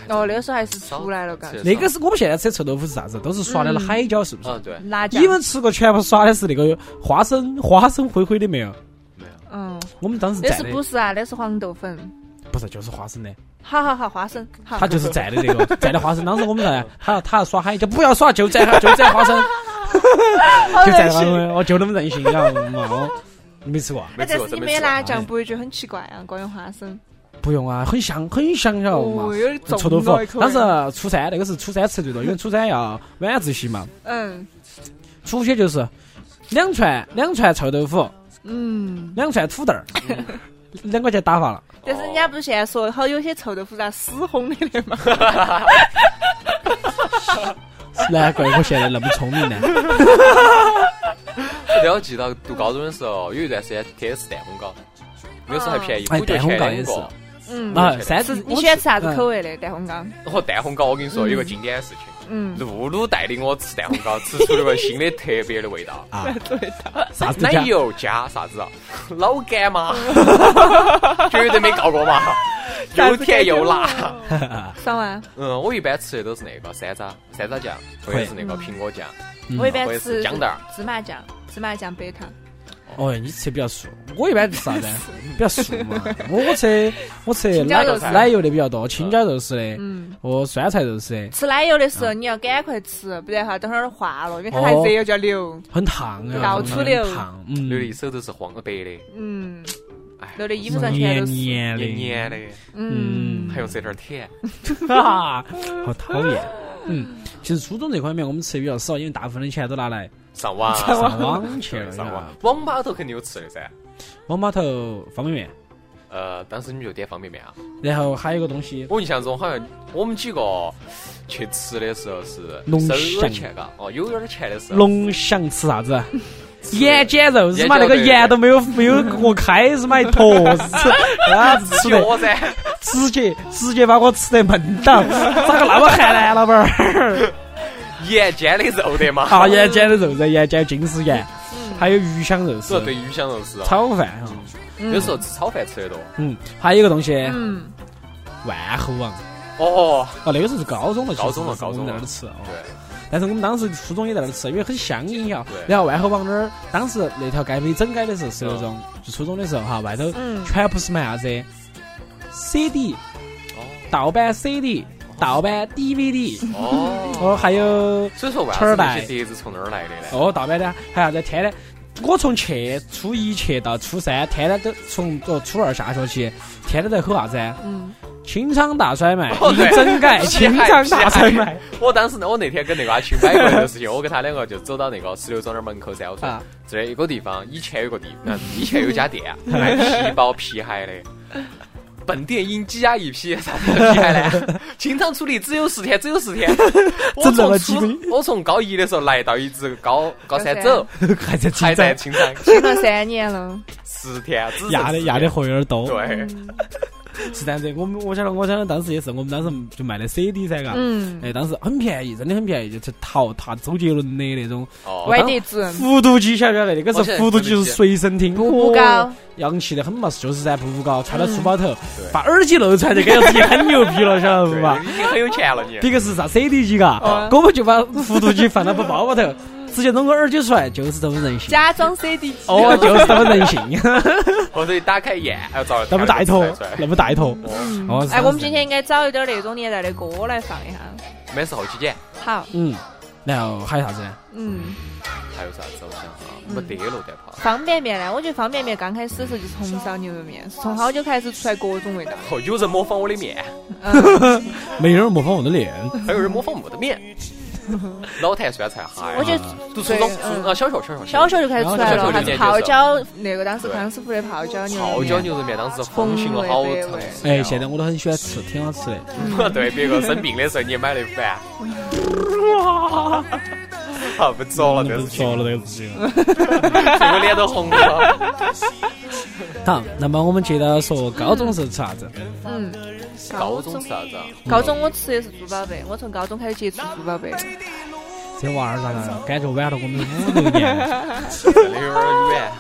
Speaker 3: 那个时候还是出来了，嘎。
Speaker 4: 少
Speaker 2: 那个是我们现在吃臭豆腐是啥子？都是刷的海椒，是不是？
Speaker 4: 嗯，对，
Speaker 3: 辣椒。
Speaker 2: 你们吃过全部刷的是那个花生花生灰灰的没有？
Speaker 4: 没有。
Speaker 3: 嗯，
Speaker 2: 我们当时
Speaker 3: 那
Speaker 2: 蘸
Speaker 3: 是
Speaker 2: 的
Speaker 3: 不是啊？那是黄豆粉。
Speaker 2: 不是就是花生的，
Speaker 3: 好好好，花生。好
Speaker 2: 他就是蘸的那个蘸的花生。当时我们在他要他要耍海椒，不要耍就蘸就蘸花 生，
Speaker 3: 哦
Speaker 2: 就蘸花生，我就那么任性，你知道吗？我你没吃过啊？
Speaker 3: 哎，但是你
Speaker 4: 真
Speaker 3: 没
Speaker 4: 吃
Speaker 3: 有
Speaker 4: 过
Speaker 3: 辣酱，不会觉得很奇怪啊？光有花生，
Speaker 2: 不用啊，很香很香，晓得嘛
Speaker 3: 哦，？有点重
Speaker 2: 臭豆
Speaker 3: 了一口
Speaker 2: 腐，当时初三那个是初三吃最多，因为初三要晚自习嘛，
Speaker 3: 嗯
Speaker 2: 出去就是两串两串臭豆腐，
Speaker 3: 嗯，
Speaker 2: 两串土豆 儿，两块钱打发了。
Speaker 4: 哦
Speaker 3: 但是人家不是现在说好有些臭豆腐咋死烘的的嘛？
Speaker 2: 难怪我现在那么聪明 呢。
Speaker 4: 然后记到读高中的时候，有一段时间贴的是蛋烘糕，那个时候还便宜，
Speaker 2: 哎
Speaker 4: 五角钱
Speaker 2: 蛋烘糕
Speaker 4: 两
Speaker 2: 也是
Speaker 4: 个。
Speaker 3: 嗯，
Speaker 2: 啊，三
Speaker 3: 是
Speaker 2: 十，
Speaker 3: 你喜欢吃啥子
Speaker 2: 嗯
Speaker 3: 口味的蛋烘糕？
Speaker 4: 然后蛋烘糕，我跟你说有个经典的事情，
Speaker 3: 嗯，
Speaker 4: 露露带领我吃蛋烘糕，吃出了个新的特别的味道，
Speaker 2: 啊？
Speaker 3: 对的。
Speaker 2: 啥子
Speaker 4: 奶
Speaker 2: 酱？
Speaker 4: 油加啥子啊？老干妈，绝对没告过嘛，又甜又辣。
Speaker 3: 爽啊！
Speaker 4: 嗯，我一般吃的都是那个山楂、山楂酱，或者是那个苹果酱。
Speaker 2: 嗯
Speaker 3: 我一般
Speaker 4: 哦我也
Speaker 3: 吃
Speaker 4: 是姜蛋儿
Speaker 3: 芝麻酱，芝麻酱白糖。
Speaker 2: 哦，你吃比较素，我一般吃啥子？比较素嘛。我我吃我吃
Speaker 3: 青椒
Speaker 2: 奶
Speaker 3: 肉丝
Speaker 2: 奶油的比较多，青椒肉丝的
Speaker 3: 嗯，
Speaker 2: 和酸菜肉丝的，
Speaker 3: 吃奶油的时候你要赶快吃，不然的话等会儿化了，因为它还
Speaker 2: 哦
Speaker 3: 热又叫流。
Speaker 2: 很烫啊，
Speaker 3: 到处流
Speaker 2: 很烫，嗯，
Speaker 4: 流的一手都是黄白的，
Speaker 3: 嗯，
Speaker 4: 哎，
Speaker 3: 流的衣服上全
Speaker 2: 黏
Speaker 3: 都是。
Speaker 2: 黏
Speaker 4: 黏黏
Speaker 2: 的，
Speaker 4: 的，
Speaker 3: 嗯，
Speaker 4: 还用这点儿甜。
Speaker 2: 哈，好讨厌。嗯，其实初中这块面我们吃的比较少，因为大部分的钱都拿来
Speaker 4: 上网，
Speaker 2: 上网去了，
Speaker 4: 对
Speaker 2: 你知
Speaker 4: 上
Speaker 2: 道吧
Speaker 4: 网，网吧头肯定有吃的噻。
Speaker 2: 网吧头方便面，
Speaker 4: 呃，当时你们就点方便面啊。
Speaker 2: 然后还有一个东西，
Speaker 4: 我印象中好像我们几个去吃的时候是
Speaker 2: 龙
Speaker 4: 收点
Speaker 2: 翔
Speaker 4: 钱嘎，哦，有点儿钱的时候
Speaker 2: 龙翔吃啥子？啊盐碱肉日嘛，那
Speaker 4: 盐碱肉
Speaker 2: 个盐都没有没有我开日嘛一坨日，那子 吃的
Speaker 4: 脚噻，
Speaker 2: 直接直接把我吃得闷倒，咋个那么寒呢，老板 儿？
Speaker 4: 盐煎的肉的嘛，
Speaker 2: 啊，盐碱的肉噻，盐碱金丝盐，
Speaker 3: 嗯
Speaker 2: 还有鱼香肉
Speaker 4: 是
Speaker 2: 丝、
Speaker 4: 对鱼香肉丝啊，
Speaker 2: 炒饭哈，
Speaker 4: 有时候吃炒饭吃的多。
Speaker 2: 嗯，还有一个东西，
Speaker 3: 嗯，
Speaker 2: 万猴王。
Speaker 4: 哦，
Speaker 2: 哦，那个时候是高中了，其实
Speaker 4: 高中了
Speaker 2: 是我
Speaker 4: 高
Speaker 2: 们
Speaker 4: 中
Speaker 2: 在
Speaker 4: 了
Speaker 2: 那儿吃哦。
Speaker 4: 对，
Speaker 2: 但是我们当时初中也在那儿吃，因为很相应呀
Speaker 4: 对。嗯
Speaker 2: 然后万和往那儿，当时那条街被整改的时候是那种，就初中的时候哈，外头
Speaker 3: 嗯
Speaker 2: 全部是卖啥子 CD
Speaker 4: 哦
Speaker 2: 盗版 CD、盗版 DVD，
Speaker 4: 哦，
Speaker 2: 哦，还有
Speaker 4: 所以说为啥
Speaker 2: 吃
Speaker 4: 子那
Speaker 2: 儿带
Speaker 4: 些碟子从那儿来的呢？
Speaker 2: 哦盗版的，还有啥子天天。我从去初一去到初三，天天都从哦初二下学期，天天在吼啥子？啊
Speaker 3: 嗯，
Speaker 2: 清仓大甩卖，
Speaker 4: 哦
Speaker 2: 一
Speaker 4: 对
Speaker 2: 整改，
Speaker 4: 屁
Speaker 2: 清
Speaker 4: 孩
Speaker 2: 仓
Speaker 4: 屁
Speaker 2: 大
Speaker 4: 孩
Speaker 2: 甩卖。
Speaker 4: 我当时呢，我那天跟那个阿青摆过这个事情，我跟他两个就走到那个石榴庄那儿门口噻，我说
Speaker 2: 啊
Speaker 4: 这有个地方以前有个地，嗯以前有 家店卖皮包皮海的。本店因积压一批啥子皮海 呢？清仓处理只有十天，只有十天。我
Speaker 2: 整那
Speaker 4: 从
Speaker 2: 么几
Speaker 4: 初
Speaker 2: 个月
Speaker 4: 我从高一的时候来到一直高高三走，
Speaker 2: 还在清
Speaker 4: 还在清
Speaker 2: 仓，
Speaker 4: 仓
Speaker 3: 去了三年了，
Speaker 4: 十天，只剩
Speaker 2: 压的
Speaker 4: 10
Speaker 2: 压的货有点多。
Speaker 4: 对，
Speaker 2: 是这样子，我们我晓得，我晓得当时也是，我们当时就卖的 CD 噻，嘎，
Speaker 3: 嗯
Speaker 2: 哎，当时很便宜，真的很便宜，就是淘淘周杰伦的那种
Speaker 4: 哦，
Speaker 3: 歪碟子，
Speaker 2: 复读机，晓不晓得？那个时候复读机就是随身听，
Speaker 3: 步步高
Speaker 2: 哦，洋气的很嘛，就是噻，步步高，穿到书包头，
Speaker 4: 对
Speaker 2: 把耳机露出来就感觉自己很牛逼了，晓得不嘛
Speaker 4: 对？已经很有钱了 你。
Speaker 2: 别个是啥 CD 机
Speaker 3: 哦
Speaker 2: 嘎，我们就把复读机放到包包
Speaker 3: 嗯
Speaker 2: 头，直接弄个耳机出来，就是这么人性。
Speaker 3: 假装 CD 机，
Speaker 2: 哦，就是这么人 性，
Speaker 4: 后头一打开眼，哎，遭
Speaker 2: 那么大一坨
Speaker 4: 出来，
Speaker 2: 那么大一坨。
Speaker 4: 哦
Speaker 2: 哦，是
Speaker 3: 哎，我们今天应该找一点那种年代的歌来放一下。
Speaker 4: 没事，后期剪。
Speaker 3: 好，
Speaker 2: 嗯，然后还有啥子呢？
Speaker 3: 嗯，
Speaker 4: 还有啥子？我想哈，没得了，再怕。
Speaker 3: 方便面呢？我觉得方便面刚开始的时候就是红烧牛肉面，从好久开始出来各种味道。
Speaker 4: 哦，有人模仿我的面，
Speaker 3: 嗯，
Speaker 2: 没人模仿我的脸。
Speaker 4: 还有人模仿我的面。老啊坛酸菜哈，
Speaker 3: 我觉得
Speaker 4: 读初
Speaker 3: 对
Speaker 4: 中、
Speaker 3: 嗯
Speaker 4: 初啊小学、小学、
Speaker 3: 小学就开始出来了，还是泡椒那个当时
Speaker 4: 对
Speaker 3: 康师傅的泡椒牛肉
Speaker 4: 泡椒
Speaker 3: 面，
Speaker 4: 牛肉面，当时风行了好长时间。
Speaker 2: 哎，现在我都很喜欢吃，挺好吃的。
Speaker 4: 在 对别个生病的时候，你也买了一碗。好，啊不说了，这事情，
Speaker 2: 了这个事情。
Speaker 4: 我脸都红了。
Speaker 2: 好，那么我们接着说高中时候吃啥子？
Speaker 3: 嗯，
Speaker 4: 高中是啥子啊？
Speaker 3: 高中我吃的是猪宝贝，我从高中开始接触猪宝贝，
Speaker 2: 这娃儿咋个感觉晚了我们五六年，
Speaker 4: 真的有点远。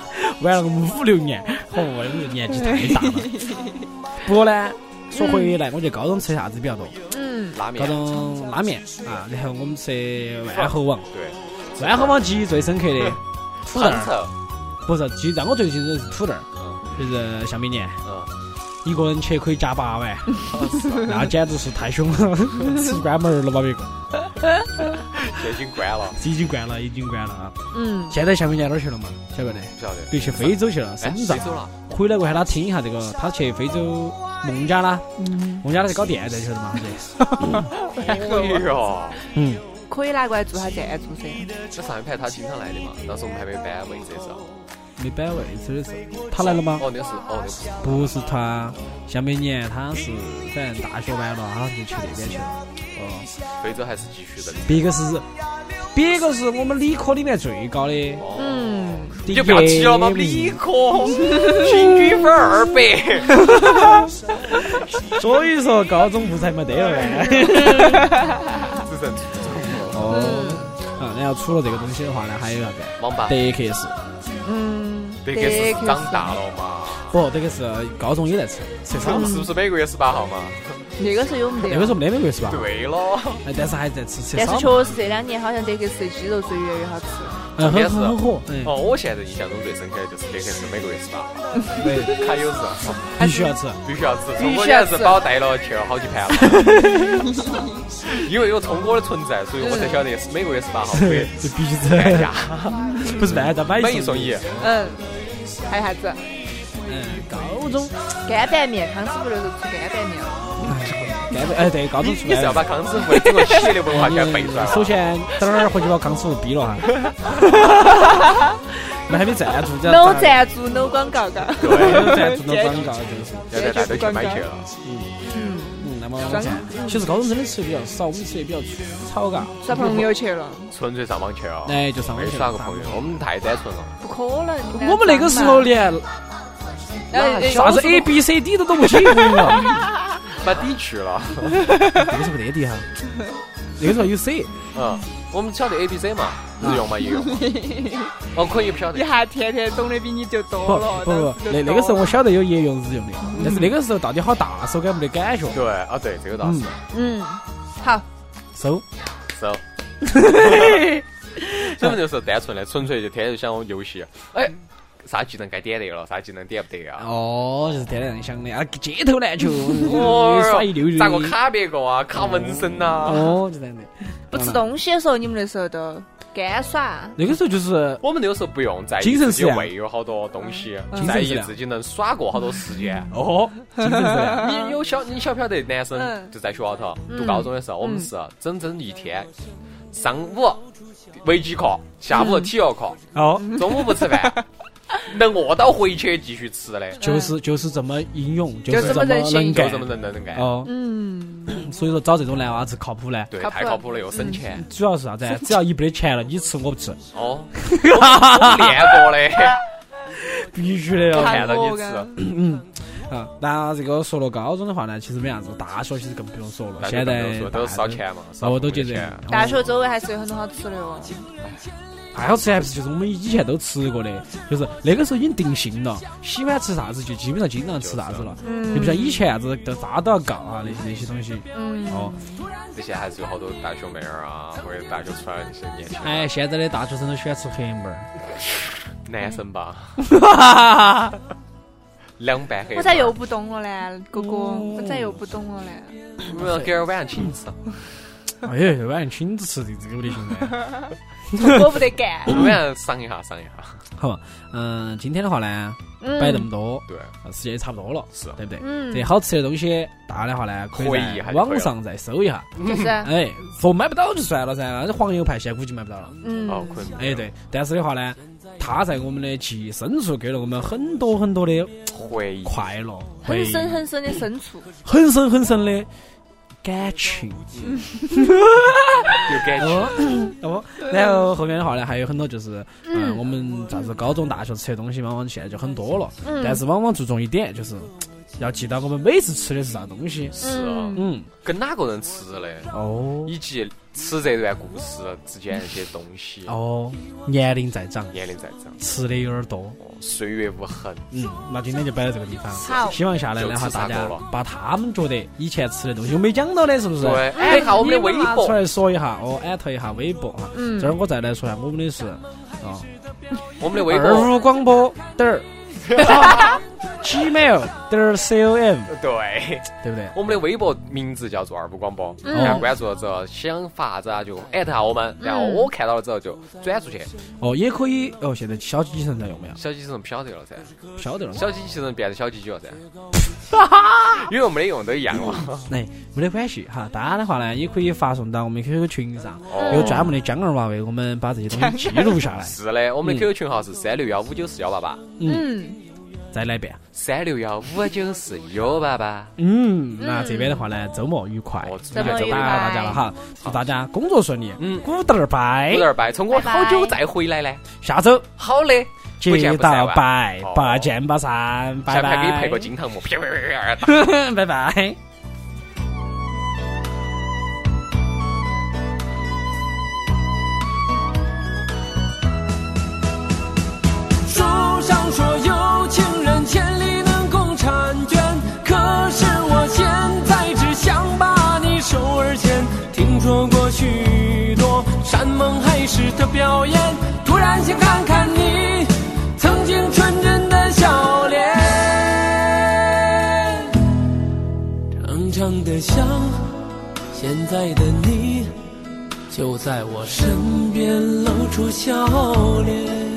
Speaker 2: 晚了我们五六 年，哦，我们年纪太大了。不过呢，说回来，我觉得高中吃啥子比较多？
Speaker 3: 嗯，
Speaker 4: 拉面
Speaker 2: 高，中拉面啊，然后我们吃万猴王，
Speaker 4: 对，
Speaker 2: 万猴王记忆最深刻的土豆
Speaker 4: 长
Speaker 2: 嗯儿，
Speaker 4: 头，
Speaker 2: 不是，其实让我最记得的是土豆儿，
Speaker 4: 嗯
Speaker 2: 就是橡皮泥，
Speaker 4: 嗯，
Speaker 2: 一个人去可以加八 碗。
Speaker 4: 好吃啊
Speaker 2: 那简直是太凶了， 吃关门儿了吧别个，
Speaker 4: 这已经关了，
Speaker 2: 已经关了，已经关了啊！
Speaker 3: 嗯，
Speaker 2: 现在橡皮家哪儿去了嘛？晓不晓得？
Speaker 4: 不晓得。
Speaker 2: 又去非洲去了，
Speaker 4: 哎，
Speaker 2: 深
Speaker 4: 谁
Speaker 2: 造。
Speaker 4: 走了？
Speaker 2: 回来过后他听一下这个，他去非洲孟加拉，
Speaker 4: 嗯
Speaker 2: 孟加拉在搞电站去了嘛？好 像
Speaker 4: 哎呦，
Speaker 2: 嗯，
Speaker 3: 可以拿过来做下赞助噻。
Speaker 4: 这上一排他经常来的嘛，当时我们还没搬位置的时候。
Speaker 2: 没摆位置的时候，他来了吗？
Speaker 4: 哦，那是哦，那不是
Speaker 2: 不是他，橡皮年他是反正大学完了，啊他就去那边去了。哦，
Speaker 4: 非洲还是继续的。
Speaker 2: 别个是，别个是我们理科里面最高的，
Speaker 4: 哦，
Speaker 3: 嗯，
Speaker 4: 你
Speaker 2: 你
Speaker 4: 就不要提了嘛，理科平均分二百。
Speaker 2: 所以说高中不才没得了呗。
Speaker 4: 只剩初中了
Speaker 2: 哦，啊，然后除了这个东西的话呢，还有啥子？
Speaker 4: 网吧，
Speaker 2: 德克士，
Speaker 3: 嗯，
Speaker 4: 德克士是长大了嘛？
Speaker 2: 不，德克士呃高中也在吃，吃
Speaker 4: 是
Speaker 2: 啥
Speaker 4: 不
Speaker 2: 嘛
Speaker 4: 是？是不是每个月十八号嘛？
Speaker 3: 那个时候有没得
Speaker 2: 那个时候没美国是吧？
Speaker 4: 对了，
Speaker 2: 哎，但是还在吃吃
Speaker 3: 但是
Speaker 2: 烧嘛，
Speaker 3: 确实这两年好像德克士的鸡肉最越来越好吃。
Speaker 2: 嗯，
Speaker 4: 确
Speaker 2: 很
Speaker 4: 实
Speaker 2: 很很火，嗯，
Speaker 4: 哦，我现在印象中最深刻的就是德克士每个月十八号，
Speaker 2: 哎对，
Speaker 4: 还有是
Speaker 2: 必须要吃。
Speaker 4: 必须要吃，聪
Speaker 3: 必
Speaker 4: 哥
Speaker 3: 须要
Speaker 4: 也
Speaker 3: 吃
Speaker 4: 是把我带了去了好几盘了。因为有聪哥的存在，所以我才晓得是每个月十八号 可以
Speaker 2: 对，这必须
Speaker 4: 半
Speaker 2: 吃，
Speaker 4: 价
Speaker 2: 不是半价，买
Speaker 4: 哎买
Speaker 2: 一
Speaker 4: 一送一。。
Speaker 3: 嗯，还有啥子？
Speaker 2: 嗯，高中，
Speaker 3: 干拌面，康师傅那时候出干拌 面了。
Speaker 2: 该不哎对，高
Speaker 4: 你
Speaker 2: 中出
Speaker 4: 你
Speaker 2: 来
Speaker 4: 是要
Speaker 2: 了。
Speaker 4: 把康师傅的整个企业的文化全背出来
Speaker 2: 嗯
Speaker 4: 了？
Speaker 2: 首先，等会儿回去把康师傅逼了 哈。我们还没赞助，这
Speaker 3: no 赞助，no 广告，嘎。
Speaker 4: 对，
Speaker 2: 没有赞助，没有广告，真是。
Speaker 4: 要在大头去买去了。
Speaker 2: 嗯，那么网站。其实高中真的吃的比较少，我们吃的比较粗糙，嘎。
Speaker 3: 耍朋友去了，
Speaker 4: 纯粹上网去哦，
Speaker 2: 哎就嗯上网
Speaker 4: 没
Speaker 2: 去
Speaker 4: 耍
Speaker 2: 了
Speaker 4: 过朋友，我们太单纯了。
Speaker 3: 不可能。
Speaker 2: 我们那个时候连啥
Speaker 4: 哎
Speaker 3: 啥
Speaker 2: 子 A B C D 都懂不起，我跟你说，
Speaker 4: 把底去了，
Speaker 2: 那个时候没得的哈，那个时候有 C，
Speaker 4: 嗯，我们晓得 A B C 嘛，日用嘛，夜用嘛，哦，可以不晓
Speaker 3: 一
Speaker 4: 得，
Speaker 3: 下天天懂得比你就
Speaker 2: 不
Speaker 3: 多了
Speaker 2: 不。不，那那个时候我晓得有夜用日用的，但是那个时候到底好大手感没得感觉，
Speaker 4: 对，啊对，这个倒是哦
Speaker 2: 嗯，
Speaker 3: 嗯，好，
Speaker 2: 收。
Speaker 4: 走。 他们就是单纯的，纯粹就天天就想玩游戏，哎，啥技能该点那个了，啥技能点不得啊？
Speaker 2: 哦，就是天天这样想的啊，街头 篮球，
Speaker 4: 哦
Speaker 2: 嗯耍一溜溜的，
Speaker 4: 咋个卡别个啊？卡纹身呐？
Speaker 2: 哦，就这样的。
Speaker 3: 不吃东西的时候，你们那时候都干耍。
Speaker 2: 那个时候就是
Speaker 4: 我们那个时候不用在意
Speaker 2: 精神
Speaker 4: 自己
Speaker 2: 食粮
Speaker 4: 喂有好多东西，
Speaker 2: 嗯
Speaker 4: 在
Speaker 2: 精神食
Speaker 4: 意
Speaker 2: 粮
Speaker 4: 自己能耍过好多时间。
Speaker 2: 哦，精神食粮，
Speaker 4: 你有晓你晓不晓得男生
Speaker 3: 嗯
Speaker 4: 就在学校头读高中的时候，我们是整整一天，上午微机课，下午体育课，
Speaker 2: 哦，
Speaker 3: 嗯
Speaker 4: 中午不吃 饭，能饿到回去继续吃的，
Speaker 3: 嗯
Speaker 2: 就是就是这么英勇，
Speaker 3: 就是这么
Speaker 2: 么
Speaker 3: 任性
Speaker 2: 能
Speaker 4: 就
Speaker 2: 干
Speaker 4: 这么能能干。
Speaker 2: 哦。
Speaker 3: 嗯，
Speaker 2: 所以说找这种男娃子靠谱呢，
Speaker 4: 对，
Speaker 3: 靠谱
Speaker 4: 太靠谱了，又省钱。
Speaker 3: 嗯
Speaker 2: 主要是啥子啊？只要一没得钱了，你吃我不吃，
Speaker 4: 哦，我们练过的，
Speaker 2: 必须的
Speaker 4: 我
Speaker 2: 哦。
Speaker 4: 看到你
Speaker 3: 看
Speaker 4: 吃，
Speaker 2: 啊，那这个说了高中的话呢，其实没啥子，大学其实更不用说了，
Speaker 4: 那就
Speaker 2: 现
Speaker 4: 更不
Speaker 2: 在
Speaker 4: 用说都是烧钱嘛，
Speaker 2: 大家，
Speaker 4: 烧
Speaker 2: 哦，都
Speaker 4: 父母
Speaker 2: 就
Speaker 4: 的
Speaker 2: 这样
Speaker 4: 钱。。
Speaker 3: 大学周围还是有很多好吃的哦。
Speaker 2: 大小吃还不是就是我们以前都吃过的，就是那个时候已经定性了，喜欢吃啥子就基本上经常吃啥子了，
Speaker 4: 啊
Speaker 3: 嗯
Speaker 2: 就不像以前啥子都啥都要告啊那些那些东西。
Speaker 3: 嗯，
Speaker 2: 哦，
Speaker 4: 这些还是有好多大学妹儿啊，或者大学出来的一些年轻人
Speaker 2: 哎，现在的大学生都喜欢吃黑木耳，
Speaker 4: 男生吧，两半黑。
Speaker 3: 我咋又不懂了呢，哥哥？我咋又不懂了呢？
Speaker 4: 我们要给晚上请吃，
Speaker 2: 哎呀，晚上亲自吃的这个不得行的。
Speaker 3: 我不得干。
Speaker 4: 晚上赏一下赏一下。
Speaker 2: 好吧，嗯，今天的话呢，
Speaker 3: 嗯
Speaker 2: 摆这么多，呃
Speaker 4: 对，
Speaker 2: 时间也差不多了，
Speaker 4: 是
Speaker 2: 对不对？
Speaker 3: 嗯
Speaker 2: 这好吃的东西，大家的话呢，可
Speaker 4: 回
Speaker 2: 以
Speaker 4: 忆
Speaker 2: 在
Speaker 4: 还是可以
Speaker 2: 网
Speaker 4: 了
Speaker 2: 上再搜一下。
Speaker 3: 就是，
Speaker 2: 哎，说买不到就算了噻，那黄油派现在估计买不到了。
Speaker 3: 嗯，
Speaker 4: 哦，可以。
Speaker 2: 哎，对，但是的话呢，它在我们的记忆深处给了我们很多很多的
Speaker 4: 回忆。
Speaker 2: 快乐，回
Speaker 3: 很
Speaker 2: 忆
Speaker 3: 深很深的深处。
Speaker 2: 很深很深的感情。
Speaker 4: 有感情。
Speaker 2: 哦，哦，然后后面的话呢，还有很多就是，嗯、
Speaker 3: 啊嗯
Speaker 2: 我们啥子高中、大学吃的东西，往往现在就很多了，
Speaker 3: 嗯
Speaker 2: 但是往往注重一点就是。要记到我们每次吃的是啥东西。
Speaker 4: 是啊，
Speaker 3: 嗯
Speaker 2: 嗯，
Speaker 4: 跟哪个人吃的，
Speaker 2: 哦
Speaker 4: 以及吃这段故事之间一些东西。
Speaker 2: 哦，年龄在长，
Speaker 4: 年龄在长，
Speaker 2: 吃的有点多。
Speaker 4: 哦岁月无痕。
Speaker 2: 嗯，那今天就摆到这个地方。
Speaker 3: 好
Speaker 2: 希望下来的话，
Speaker 4: 就吃啥
Speaker 2: 大家
Speaker 4: 够了
Speaker 2: 把他们觉得以前吃的东西我没讲到的，是不是？
Speaker 4: 对，哎，看我们的微
Speaker 2: 拿
Speaker 4: 博
Speaker 2: 出，来说一下，哦，艾特一下微博哈。
Speaker 3: 嗯
Speaker 2: 这儿我再来说一下我们的是啊，
Speaker 4: 我们的微博，
Speaker 2: 二五广播 点儿啊 gmail 点儿 com，
Speaker 4: 对，
Speaker 2: 对不对？
Speaker 4: 我们的微博名字叫做二五广播，
Speaker 3: 嗯
Speaker 4: 大家关注了之后，想法子啊就艾特下我们，然后我看到了之后就转出去。
Speaker 2: 哦，也可以哦。现在小机器人在用没有？
Speaker 4: 小机器人不晓得了噻，
Speaker 2: 不晓得了。
Speaker 4: 小机器人变成小机器了噻，因为我们的用都一样了。
Speaker 2: 哎，没得关系哈。大家的话呢，也可以发送到我们 QQ 群上，
Speaker 4: 哦
Speaker 2: 有专门的江儿娃为我们把这些东西记录下 来。
Speaker 4: 是的，我们的 QQ 群号是三六幺五九四幺八八，
Speaker 3: 嗯，
Speaker 2: 再来一遍。
Speaker 4: 三六幺五九四幺八八。
Speaker 2: 嗯，那这边的话呢，周末愉快，
Speaker 4: 哦
Speaker 2: 祝
Speaker 4: 周
Speaker 3: 末愉快
Speaker 2: 大家了哈，祝大家工作顺利。
Speaker 4: 嗯
Speaker 2: 古德儿哎拜
Speaker 4: 有，点拜，从我
Speaker 3: 拜拜
Speaker 4: 好久再回来呢。
Speaker 2: 下周
Speaker 4: 好嘞，不见
Speaker 2: 接
Speaker 4: 不散
Speaker 2: 到
Speaker 4: 哇
Speaker 2: 拜
Speaker 4: 哦，
Speaker 2: 八见八散，拜
Speaker 4: 下面还给你
Speaker 2: 拜
Speaker 4: 配个，金汤姆，啪啪啪啪啪打。
Speaker 2: 拜拜。
Speaker 5: 书上说有情人千里能共婵娟，可是我现在只想把你手儿牵。听说过许多山盟海誓的表演，突然想看看你曾经纯真的笑脸。常常的想，现在的你就在我身边露出笑脸。